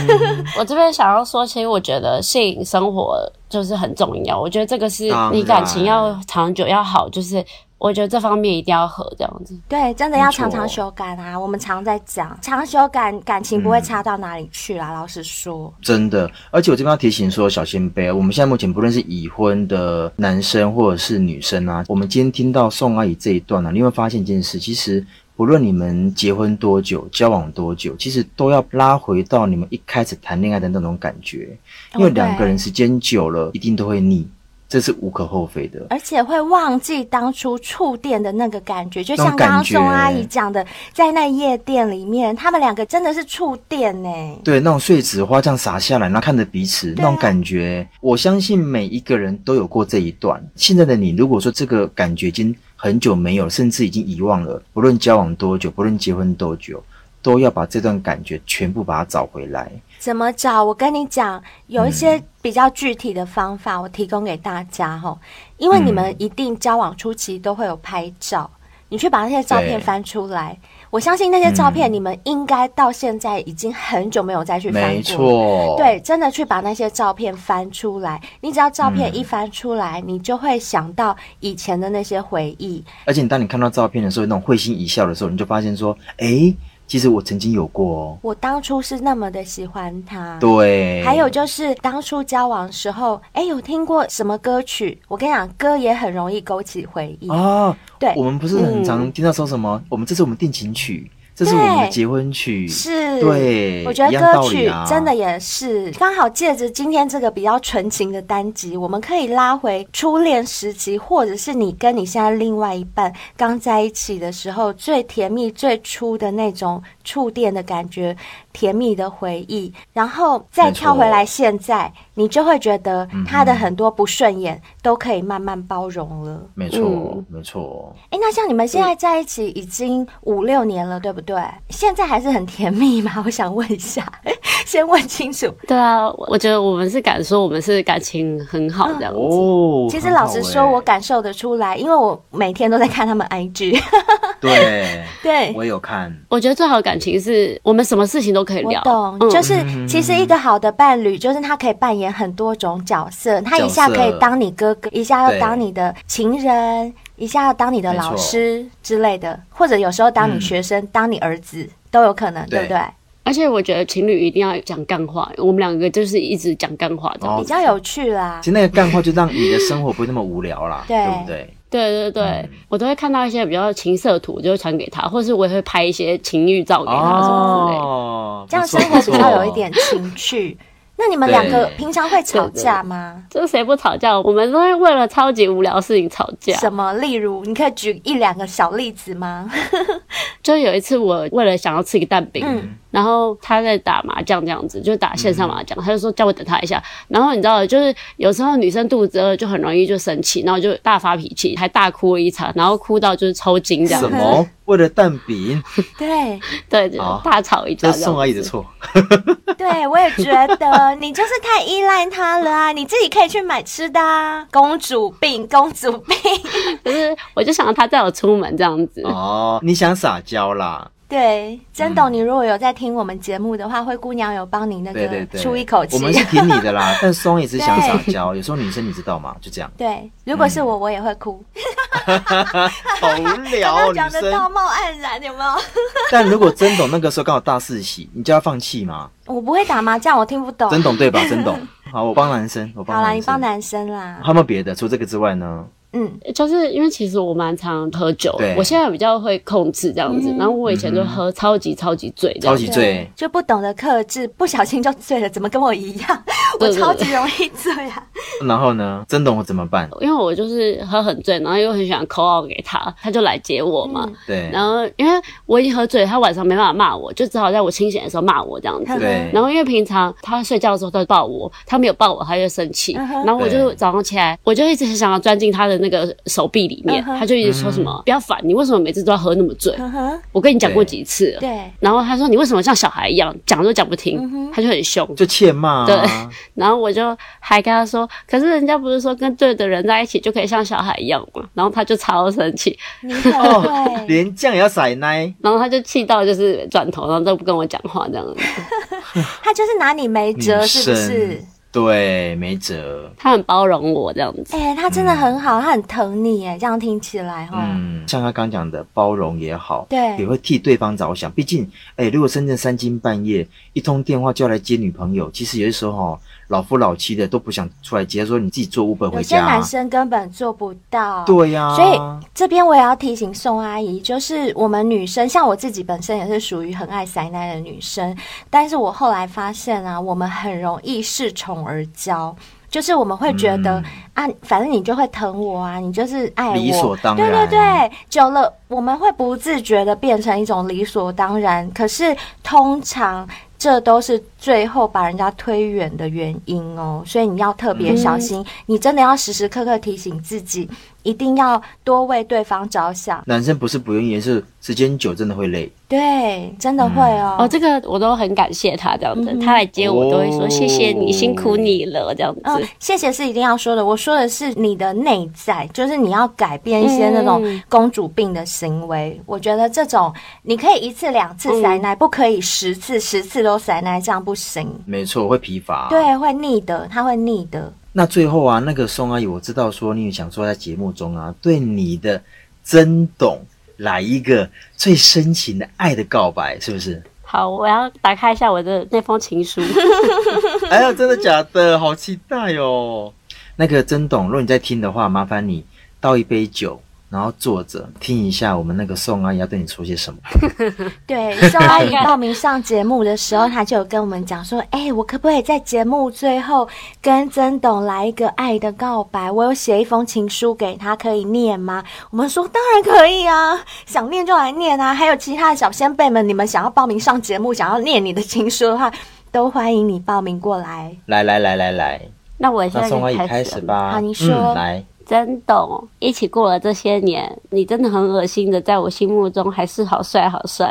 Speaker 7: 我这边想要说，其实我觉得性生活就是很重要，我觉得这个是
Speaker 2: 当然
Speaker 7: 你感情要长久要好，就是我觉得这方面一定要合这样子。
Speaker 3: 对，真的要
Speaker 2: 没错
Speaker 3: 常常修改啊。我们常在讲，常修改感情不会差到哪里去
Speaker 2: 嗯
Speaker 3: 啦。老实说，
Speaker 2: 真的，而且我这边要提醒说，小先辈，我们现在目前不论是已婚的男生或者是女生啊，我们今天听到宋阿姨这一段呢、啊，你会发现一件事，其实不论你们结婚多久、交往多久，其实都要拉回到你们一开始谈恋爱的那种感觉，因为
Speaker 3: 哦
Speaker 2: 两个
Speaker 3: 对
Speaker 2: 人时间久了，一定都会腻，这是无可厚非的。
Speaker 3: 而且会忘记当初触电的那个感觉，就
Speaker 2: 那种
Speaker 3: 像刚刚
Speaker 2: 感觉
Speaker 3: 宋阿姨讲的，在那夜店里面，他们两个真的是触电呢、
Speaker 2: 对，那种碎纸花这样洒下来，然后看着彼此、那
Speaker 3: 啊
Speaker 2: 种感觉，我相信每一个人都有过这一段。现在的你，如果说这个感觉已经很久没有，甚至已经遗忘了，不论交往多久，不论结婚多久，都要把这段感觉全部把它找回来。
Speaker 3: 怎么找？我跟你讲，有一
Speaker 2: 嗯
Speaker 3: 些比较具体的方法，我提供给大家吼。因为你
Speaker 2: 嗯
Speaker 3: 们一定交往初期都会有拍照，你去把那些照片
Speaker 2: 对
Speaker 3: 翻出来。我相信那些照片，
Speaker 2: 嗯
Speaker 3: 你们应该到现在已经很久没有再去翻过。
Speaker 2: 没。错，
Speaker 3: 对，，真的去把那些照片翻出来，你只要照片
Speaker 2: 嗯
Speaker 3: 一翻出来，你就会想到以前的那些回忆。
Speaker 2: 而且你当你看到照片的时候，那种会心一笑的时候，你就发现说，诶，其实我曾经有过哦。
Speaker 3: 我当初是那么的喜欢他，
Speaker 2: 对，
Speaker 3: 啊还有就是当初交往时候，哎，有听过什么歌曲？我跟你讲，歌也很容易勾起回忆。
Speaker 2: 啊，
Speaker 3: 对嗯
Speaker 2: 我们不是很常听到说什么？我们这是我们定情曲，这是我们的
Speaker 3: 对
Speaker 2: 结婚曲，
Speaker 3: 是，
Speaker 2: 对
Speaker 3: 我觉
Speaker 2: 一
Speaker 3: 得
Speaker 2: 样道
Speaker 3: 歌
Speaker 2: 理
Speaker 3: 曲
Speaker 2: 啊
Speaker 3: 真的也是刚好借着今天这个比较纯情的单集，我们可以拉回初恋时期，或者是你跟你现在另外一半刚在一起的时候最甜蜜、最初的那种触电的感觉，甜蜜的回忆，然后再
Speaker 2: 没错嗯
Speaker 3: 跳回来现在，你就会觉得他的很多不顺眼都可以慢慢包容了。
Speaker 2: 没错，
Speaker 7: 嗯
Speaker 2: 没错。
Speaker 3: 哎，那像你们现在在一起已经五六年了，对不对？现在还是很甜蜜吗？ 我想问一下，先问清楚。
Speaker 7: 对啊，我我觉得我们是敢说我们是感情很好这样子。
Speaker 2: 哦，
Speaker 3: 其实
Speaker 2: 很好
Speaker 3: 老实说，
Speaker 2: 欸
Speaker 3: 我感受得出来，因为我每天都在看他们 IG。
Speaker 2: 对，
Speaker 3: 对，
Speaker 2: 我有看，
Speaker 7: 我觉得最好的感情是我们什么事情都可以
Speaker 3: 我
Speaker 7: 聊，
Speaker 3: 懂，
Speaker 7: 嗯
Speaker 3: 就是其实一个好的伴侣，就是他可以扮演很多种角色，他一下
Speaker 2: 角色
Speaker 3: 可以当你哥哥，一下要
Speaker 2: 对
Speaker 3: 当你的情人，一下要当你的
Speaker 2: 没错
Speaker 3: 老师之类的，或者有时候当你
Speaker 2: 嗯
Speaker 3: 学生，当你儿子都有可能，对不
Speaker 2: 对
Speaker 3: 对？
Speaker 7: 而且我觉得情侣一定要讲干话，我们两个就是一直讲干话这样。
Speaker 3: 比较有趣啦
Speaker 2: 其。实那个干话就让你的生活不会那么无聊啦，
Speaker 3: 对
Speaker 2: 对不对？
Speaker 7: 对对对，
Speaker 3: 嗯
Speaker 7: 我都会看到一些比较情色图，就会传给他，或是我也会拍一些情欲照给他什么之类的。
Speaker 2: 哦，
Speaker 3: 这样
Speaker 2: 不错
Speaker 3: 生活
Speaker 2: 不
Speaker 3: 比
Speaker 2: 错
Speaker 3: 较有一点情趣。那你们两个
Speaker 2: 对
Speaker 3: 平常会吵架吗？
Speaker 7: 就是谁不吵架，我们都会为了超级无聊的事情吵
Speaker 2: 啊
Speaker 7: 架。
Speaker 3: 什么？例如，你可以举一两个小例子吗？
Speaker 7: 就有一次，我为了想要吃一个蛋饼，
Speaker 3: 嗯
Speaker 7: 然后他在打麻将这样子，就打线上麻将，他就说叫我等他一下。然后你知道，就是有时候女生肚子饿就很容易就生气，然后就大发脾气，还大哭了一场，然后哭到就是抽筋这样
Speaker 2: 什
Speaker 7: 子，
Speaker 2: 么？为了蛋饼，
Speaker 3: 对
Speaker 7: 对，就是
Speaker 2: 哦
Speaker 7: 大吵一架
Speaker 2: 这
Speaker 7: 这
Speaker 2: 是
Speaker 7: 样
Speaker 2: 宋阿姨
Speaker 7: 子
Speaker 2: 的错。
Speaker 3: 对，我也觉得你就是太依赖他了啊！你自己可以去买吃的啊。公主病，公主病，
Speaker 7: 可是我就想要他带我出门这样子，
Speaker 2: 哦，你想撒娇啦？
Speaker 3: 对，真
Speaker 2: 嗯
Speaker 3: 董，你如果有在听我们节目的话，灰姑娘有帮你那
Speaker 2: 对对
Speaker 3: 个
Speaker 2: 对，
Speaker 3: 出一口气。，
Speaker 2: 我们是挺你的啦，但松也是想撒娇。有时候女生你知道吗？就这样
Speaker 3: 对，如果
Speaker 2: 嗯
Speaker 3: 是我，我也会哭。
Speaker 2: 好无聊
Speaker 3: 刚
Speaker 2: 哦，
Speaker 3: 刚
Speaker 2: 女
Speaker 3: 讲的道
Speaker 2: 生。
Speaker 3: 貌岸然，有没有？
Speaker 2: 但如果曾董那个时候刚好大四喜，你就要放弃嘛？
Speaker 3: 我不会打麻将，我听不懂。
Speaker 2: 曾董对吧？曾董，好，我帮男生，我帮
Speaker 3: 哦好
Speaker 2: 男
Speaker 3: 啦，
Speaker 2: 生。
Speaker 3: 你帮。男生啦。
Speaker 2: 还有没有别的？除这个之外呢？
Speaker 3: 嗯，
Speaker 7: 就是因为其实我蛮常喝酒
Speaker 2: 对，嗯
Speaker 7: 我现在比较会控制这样子，然后我以前就喝超级超级醉这
Speaker 2: 超
Speaker 7: 样子，
Speaker 2: 级醉，
Speaker 3: 就不懂得克制，不小心就醉了，怎么跟我一样？我
Speaker 7: 对对对
Speaker 3: 超级容易醉啊！
Speaker 2: 然后呢？曾董怎么办？
Speaker 7: 因为我就是喝很醉，然后又很喜欢 call out 给他，他就来接我嘛。
Speaker 2: 对，
Speaker 7: 然后，因为我已经喝醉了，他晚上没办法骂我，就只好在我清醒的时候骂我这样子。
Speaker 2: 对，
Speaker 7: 然后因为平常他睡觉的时候他会抱我，他没有抱我他就生气，然后我就
Speaker 2: 对
Speaker 7: 早上起来我就一直很想要钻进他的那个手臂里面，他就一直说什么、不要烦，你为什么每次都要喝那么醉？我跟你讲过几次了
Speaker 3: 嗯对，
Speaker 7: 然后他说你为什么像小孩一样讲都讲不听，他就很凶。
Speaker 2: 就欠骂、啊。
Speaker 7: 对然后我就还跟他说，可是人家不是说跟对的人在一起就可以像小孩一样嘛？然后他就超生气，
Speaker 3: 你很
Speaker 2: 哦，
Speaker 3: 会，
Speaker 2: 连酱也要甩奶，
Speaker 7: 然后他就气到就是转头，然后都不跟我讲话这样子。
Speaker 3: 他就是拿你没
Speaker 2: 女
Speaker 3: 辙，是不是
Speaker 2: 生？对，没辙。
Speaker 7: 他很包容我这样子。
Speaker 3: 哎、他真的很好，他很疼你哎，这样听起来哈、
Speaker 2: 嗯，像他刚讲的，包容也好，
Speaker 3: 对
Speaker 2: 也会替对方着想。毕竟，哎、如果深圳三更半夜一通电话就要来接女朋友，其实有些时候哈、老夫老妻的都不想出来接，说你自己坐 Uber
Speaker 3: 有
Speaker 2: 回
Speaker 3: 些
Speaker 2: 家、
Speaker 3: 男生根本做不到。
Speaker 2: 对呀、
Speaker 3: 所以这边我也要提醒宋阿姨，就是我们女生，像我自己本身也是属于很爱塞奶的女生，但是我后来发现啊，我们很容易恃宠而骄。就是我们会觉得、啊，反正你就会疼我啊，你就是爱我，
Speaker 2: 嗯理所当然
Speaker 3: 对对对，久了我们会不自觉的变成一种理所当然。可是通常这都是最后把人家推远的原因哦，所以你要特别小
Speaker 2: 嗯
Speaker 3: 心，你真的要时时刻刻提醒自己，一定要多为对方着想。
Speaker 2: 男生不是不愿意，是时间久真的会累。
Speaker 3: 对，真的会哦。
Speaker 7: 哦，这个我都很感谢他这样子，他来接我都会说
Speaker 2: 哦
Speaker 7: 谢谢你，辛苦你了这样子。
Speaker 3: 嗯，谢谢是一定要说的。我说的是你的内在，就是你要改变一些那种
Speaker 7: 嗯
Speaker 3: 公主病的行为。我觉得这种你可以一次两次塞奶，不可以十次十次都塞奶，这样不行。
Speaker 2: 没错，会疲乏。。
Speaker 3: 对，会腻的，他会腻的。
Speaker 2: 那最后啊，那个宋阿姨，我知道说你想说在节目中啊，对你的曾董来一个最深情的爱的告白，是不是？
Speaker 7: 好，我要打开一下我的那封情书。
Speaker 2: 哎呀，真的假的？好期待哦！那个曾董，如果你在听的话，麻烦你倒一杯酒，然后坐着听一下我们那个宋阿姨要对你说些什么。
Speaker 3: 对， 宋阿姨报名上节目的时候，她就有跟我们讲说：“哎、我可不可以在节目最后跟曾董来一个爱的告白？我有写一封情书给他，可以念吗？”我们说：“当然可以啊，想念就来念啊。”还有其他的小先辈们，你们想要报名上节目，想要念你的情书的话，都欢迎你报名过来。
Speaker 2: 来来来来来，
Speaker 7: 那我现
Speaker 2: 那
Speaker 7: 在
Speaker 2: 宋阿姨
Speaker 7: 就
Speaker 2: 开
Speaker 7: 开
Speaker 2: 始
Speaker 7: 了。
Speaker 2: 吧。
Speaker 3: 好你说
Speaker 2: 嗯、来，
Speaker 7: 真懂，一起过了这些年，你真的很恶心的，在我心目中还是好帅好帅。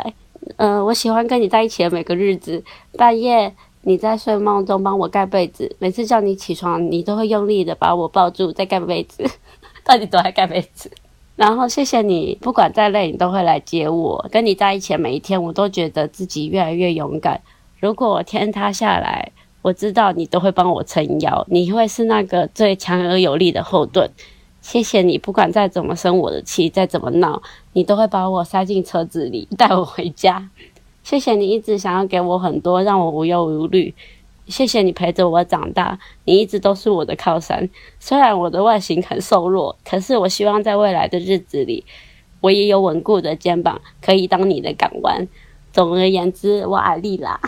Speaker 7: 嗯、我喜欢跟你在一起的每个日子，半夜你在睡梦中帮我盖被子，每次叫你起床，你都会用力的把我抱住再盖被子， 到底多爱盖被子？然后谢谢你，不管再累，你都会来接我。跟你在一起的每一天，我都觉得自己越来越勇敢。如果我天塌下来，我知道你都会帮我撑腰，你会是那个最强而有力的后盾。谢谢你，不管再怎么生我的气，再怎么闹，你都会把我塞进车子里，带我回家。 谢谢你一直想要给我很多，让我无忧无虑。谢谢你陪着我长大，你一直都是我的靠山。虽然我的外形很瘦弱，可是我希望在未来的日子里，我也有稳固的肩膀，可以当你的港湾。总而言之，我爱丽啦。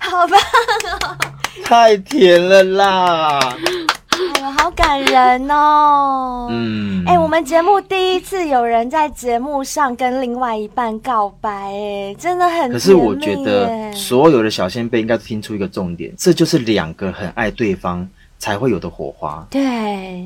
Speaker 3: 好吧，
Speaker 2: 太甜了啦！
Speaker 3: 哎呦，好感人哦。
Speaker 2: 嗯，
Speaker 3: 哎、我们节目第一次有人在节目上跟另外一半告白、哎，真的很
Speaker 2: 可是我觉
Speaker 3: 甜蜜
Speaker 2: 得
Speaker 3: 耶
Speaker 2: 所有的小先辈应该听出一个重点，这就是两个很爱对方才会有的火花。
Speaker 3: 对，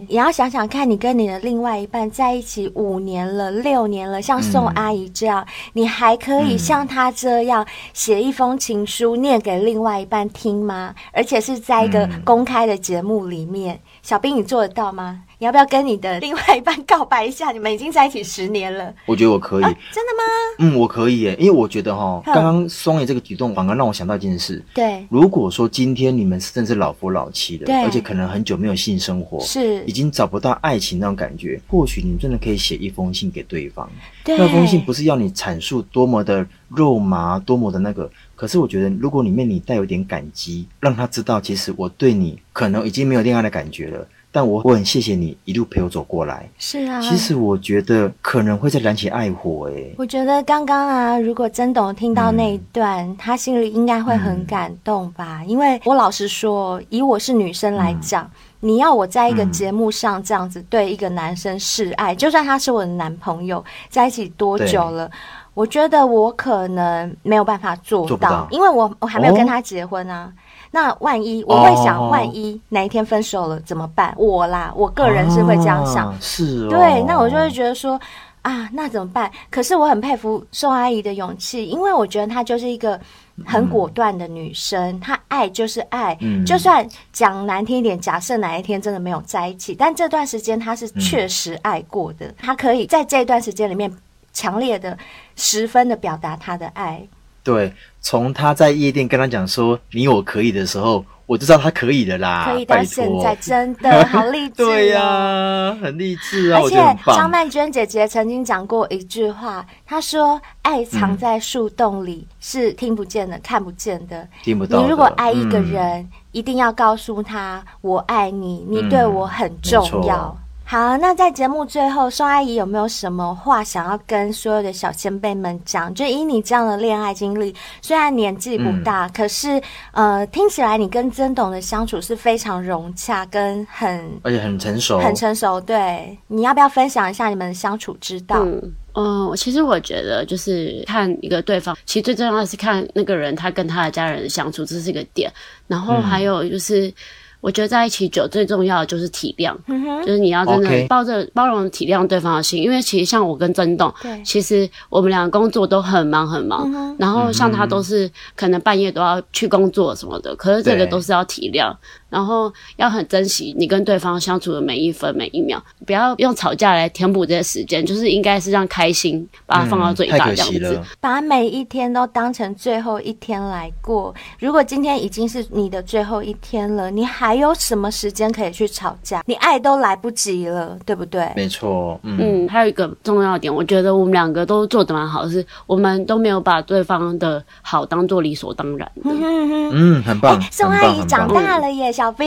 Speaker 3: 也要想想看，你跟你的另外一半在一起五年了、六年了，像宋
Speaker 2: 嗯
Speaker 3: 阿姨这样，你还可以
Speaker 2: 嗯
Speaker 3: 像她这样写一封情书念给另外一半听吗？而且是在一个
Speaker 2: 嗯
Speaker 3: 公开的节目里面，小兵，你做得到吗？你要不要跟你的另外一半告白一下？你们已经在一起十年了，
Speaker 2: 我觉得我可以，
Speaker 3: 真的吗？
Speaker 2: 嗯，我可以耶，因为我觉得哈，
Speaker 3: 哼
Speaker 2: 刚刚松爷这个举动反而让我想到一件事。
Speaker 3: 对，
Speaker 2: 如果说今天你们真的是老夫老妻了
Speaker 3: 对，
Speaker 2: 而且可能很久没有性生活，
Speaker 3: 是
Speaker 2: 已，经找不到爱情那种感觉，或许你真的可以写一封信给对方。
Speaker 3: 对，
Speaker 2: 那封信不是要你阐述多么的肉麻，多么的那个，可是我觉得如果里面你带有点感激，让他知道其实我对你可能已经没有恋爱的感觉了，但我我很谢谢你一路陪我走过来。
Speaker 3: 是啊，
Speaker 2: 其实我觉得可能会再燃起爱火、哎诶。
Speaker 3: 我觉得刚刚啊，如果曾董听到那一段，他心里应该会很
Speaker 2: 嗯
Speaker 3: 感动吧？因为我老实说，以我是女生来讲，你要我在一个
Speaker 2: 嗯
Speaker 3: 节目上这样子对一个男生示爱，就算他是我的男朋友，在一起多久了？我觉得我可能没有办法做
Speaker 2: 做不到
Speaker 3: 因为我我还没有
Speaker 2: 哦
Speaker 3: 跟他结婚啊。那万一我会想，
Speaker 2: 哦
Speaker 3: 万一哪一天分手了怎么办？我啦，我个人是会这样想。
Speaker 2: 啊是哦，
Speaker 3: 对，那我就会觉得说啊，那怎么办？可是我很佩服宋阿姨的勇气，因为我觉得她就是一个很果断的女生，她爱就是爱，
Speaker 2: 嗯
Speaker 3: 就算讲难听一点，假设哪一天真的没有在一起，但这段时间她是确实爱过
Speaker 2: 嗯
Speaker 3: 的，她可以在这段时间里面强烈的、十分的表达她的爱。
Speaker 2: 对，从他在夜店跟他讲说你我可以的时候，我就知道他可以的啦，
Speaker 3: 可以到
Speaker 2: 啊拜
Speaker 3: 现
Speaker 2: 托
Speaker 3: 在，真的好励志、哦，
Speaker 2: 对呀、很励志啊，
Speaker 3: 而
Speaker 2: 我
Speaker 3: 且
Speaker 2: 觉得很
Speaker 3: 张
Speaker 2: 棒。
Speaker 3: 曼娟姐姐曾经讲过一句话，她说：“爱
Speaker 2: 嗯
Speaker 3: 藏在树洞里、是听不见的、看不见的。
Speaker 2: 听不到的，
Speaker 3: 你如果爱一个
Speaker 2: 嗯
Speaker 3: 人，一定要告诉他我爱你，你对我很重
Speaker 2: 没
Speaker 3: 要
Speaker 2: 错。
Speaker 3: 好，那在节目最后，宋阿姨有没有什么话想要跟所有的小先辈们讲？就以你这样的恋爱经历，虽然年纪不大，
Speaker 2: 嗯
Speaker 3: 可是呃，听起来你跟曾董的相处是非常融洽，跟很
Speaker 2: 而且很成熟，
Speaker 3: 很成熟，对。你要不要分享一下你们的相处之道？
Speaker 7: 嗯。嗯，其实我觉得就是看一个对方，其实最重要的是看那个人他跟他的家人的相处，这是一个点。然后
Speaker 3: 嗯
Speaker 7: 还有就是，我觉得在一起久最重要的就是体谅，
Speaker 3: 嗯哼，
Speaker 7: 就是你要真的
Speaker 2: OK
Speaker 7: 抱着包容体谅对方的心，因为其实像我跟曾董
Speaker 3: 对，
Speaker 7: 其实我们俩工作都很忙很忙，
Speaker 3: 嗯哼，
Speaker 7: 然后像他都是可能半夜都要去工作什么的，可是这个
Speaker 2: 对
Speaker 7: 都是要体谅，然后要很珍惜你跟对方相处的每一分每一秒，不要用吵架来填补这些时间，就是应该是让开心把它放到最
Speaker 2: 嗯
Speaker 7: 大
Speaker 2: 太可
Speaker 7: 这样
Speaker 2: 惜
Speaker 7: 子。
Speaker 2: 了。
Speaker 3: 把每一天都当成最后一天来过。如果今天已经是你的最后一天了，你还有什么时间可以去吵架？你爱都来不及了，对不对？
Speaker 2: 没错，嗯，
Speaker 7: 嗯，还有一个重要点，我觉得我们两个都做得蛮好，是我们都没有把对方的好当做理所当然的。
Speaker 3: 嗯哼嗯哼。
Speaker 2: 嗯，很棒，
Speaker 3: 宋
Speaker 2: 很
Speaker 3: 阿
Speaker 2: 棒
Speaker 3: 姨
Speaker 2: 很
Speaker 3: 长
Speaker 2: 棒
Speaker 3: 大了耶，小兵，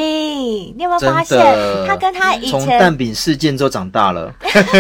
Speaker 3: 你有没有
Speaker 2: 真
Speaker 3: 发现
Speaker 2: 的
Speaker 3: 她跟她以
Speaker 2: 从
Speaker 3: 前
Speaker 2: 蛋饼事件之后长大了，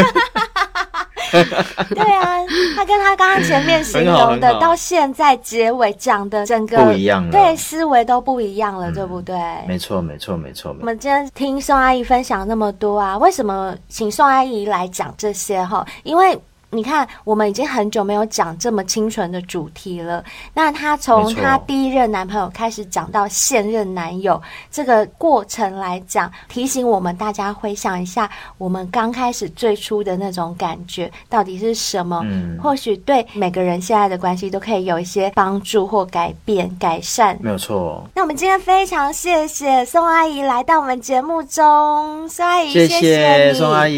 Speaker 3: 对啊，他跟他刚刚前面 形
Speaker 2: 很好
Speaker 3: 容
Speaker 2: 很
Speaker 3: 的，
Speaker 2: 好
Speaker 3: 到现在结尾讲的整个
Speaker 2: 不一样了嗯
Speaker 3: 对思维都不一样了，对不对？
Speaker 2: 没错，没错，没错，没
Speaker 3: 我
Speaker 2: 错。
Speaker 3: 们今天听宋阿姨分享那么多啊，为什么请宋阿姨来讲这些哈？因为你看，我们已经很久没有讲这么清纯的主题了。那她从
Speaker 2: 没错
Speaker 3: 她第一任男朋友开始讲到现任男友这个过程来讲，提醒我们大家回想一下，我们刚开始最初的那种感觉到底是什么？
Speaker 2: 嗯
Speaker 3: 或许对每个人现在的关系都可以有一些帮助或改变、改善。
Speaker 2: 没有错，
Speaker 3: 那我们今天非常谢谢宋阿姨来到我们节目中，宋阿姨，
Speaker 2: 谢
Speaker 3: 谢
Speaker 2: 谢宋阿
Speaker 3: 姨，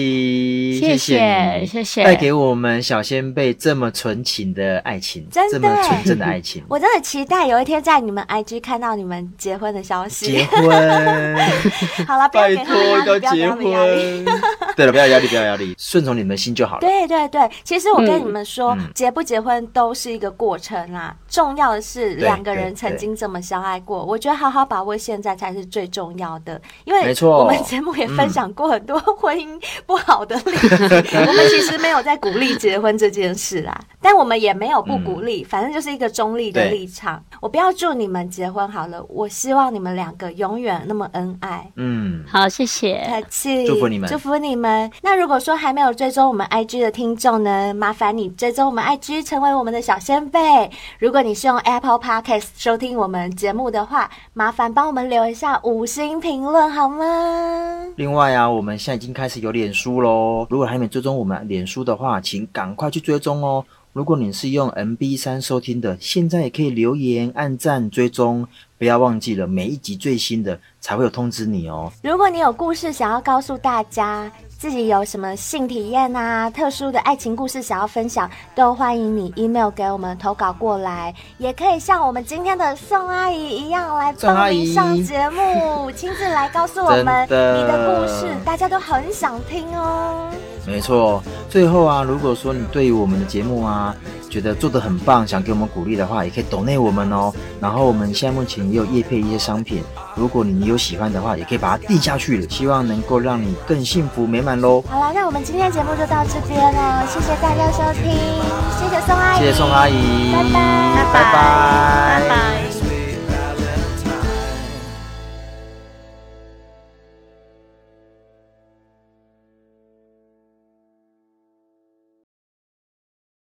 Speaker 2: 姨，
Speaker 7: 谢
Speaker 2: 谢你
Speaker 7: 谢谢
Speaker 2: 带给我们小先辈这么纯情的爱情，
Speaker 3: 真的
Speaker 2: 这么纯正的爱情，
Speaker 3: 我真的期待有一天在你们 IG 看到你们结婚的消
Speaker 2: 结
Speaker 3: 息。
Speaker 2: 婚，
Speaker 3: 好了，不要
Speaker 2: 拜
Speaker 3: 给他们压
Speaker 2: 托
Speaker 3: 力，不要给
Speaker 2: 结
Speaker 3: 他们压力。
Speaker 2: 婚。对了，不要压力，不要压力，顺从你们的心就好了。
Speaker 3: 对对对，其实我跟你们说，
Speaker 2: 嗯
Speaker 3: 结不结婚都是一个过程啦，重要的是
Speaker 2: 对
Speaker 3: 两个人曾经这么相爱
Speaker 2: 嗯
Speaker 3: 过。我觉得好好把握现在才是最重要的，因为
Speaker 2: 没错
Speaker 3: 我们节目也分享过很多婚姻不好的例子，我们其实没有在鼓励励结婚这件事啦，但我们也没有不鼓励，反正就是一个中立的
Speaker 2: 嗯对
Speaker 3: 立场。我不要祝你们结婚好了，我希望你们两个永远那么恩爱。
Speaker 2: 嗯，
Speaker 7: 好，谢谢。
Speaker 3: 客气，
Speaker 2: 祝福你们
Speaker 3: 祝福你们。那如果说还没有追踪我们 IG 的听众呢，麻烦你追踪我们 IG，成为我们的小先辈。如果你是用 Apple Podcast 收听我们节目的话，麻烦帮我们留一下五星评论好吗？
Speaker 2: 另外啊，我们现在已经开始有脸书喽。如果还没追踪我们脸书的话，请赶快去追踪哦。如果你是用 MB 三收听的，现在也可以留言、按赞、追踪，不要忘记了每一集最新的才会有通知你哦。
Speaker 3: 如果你有故事想要告诉大家，自己有什么性体验啊、特殊的爱情故事想要分享，都欢迎你 email 给我们投稿过来，也可以像我们今天的宋阿姨一样来
Speaker 2: 宋
Speaker 3: 报
Speaker 2: 阿
Speaker 3: 名
Speaker 2: 姨
Speaker 3: 上节目，亲自来告诉我们
Speaker 2: 真
Speaker 3: 你
Speaker 2: 的
Speaker 3: 的故事，大家都很想听哦。
Speaker 2: 没错，最后啊，如果说你对于我们的节目啊，觉得做得很棒，想给我们鼓励的话，也可以 donate 我们哦。然后我们现在目前也有业配一些商品，如果你有喜欢的话，也可以把它递下去了，希望能够让你更幸福美满喽。
Speaker 3: 好了，那我们今天节目就到这边了，谢谢大家收听，谢谢宋阿姨，
Speaker 2: 谢谢宋阿姨，
Speaker 3: 拜
Speaker 2: 拜
Speaker 3: 拜
Speaker 2: 拜
Speaker 7: 拜。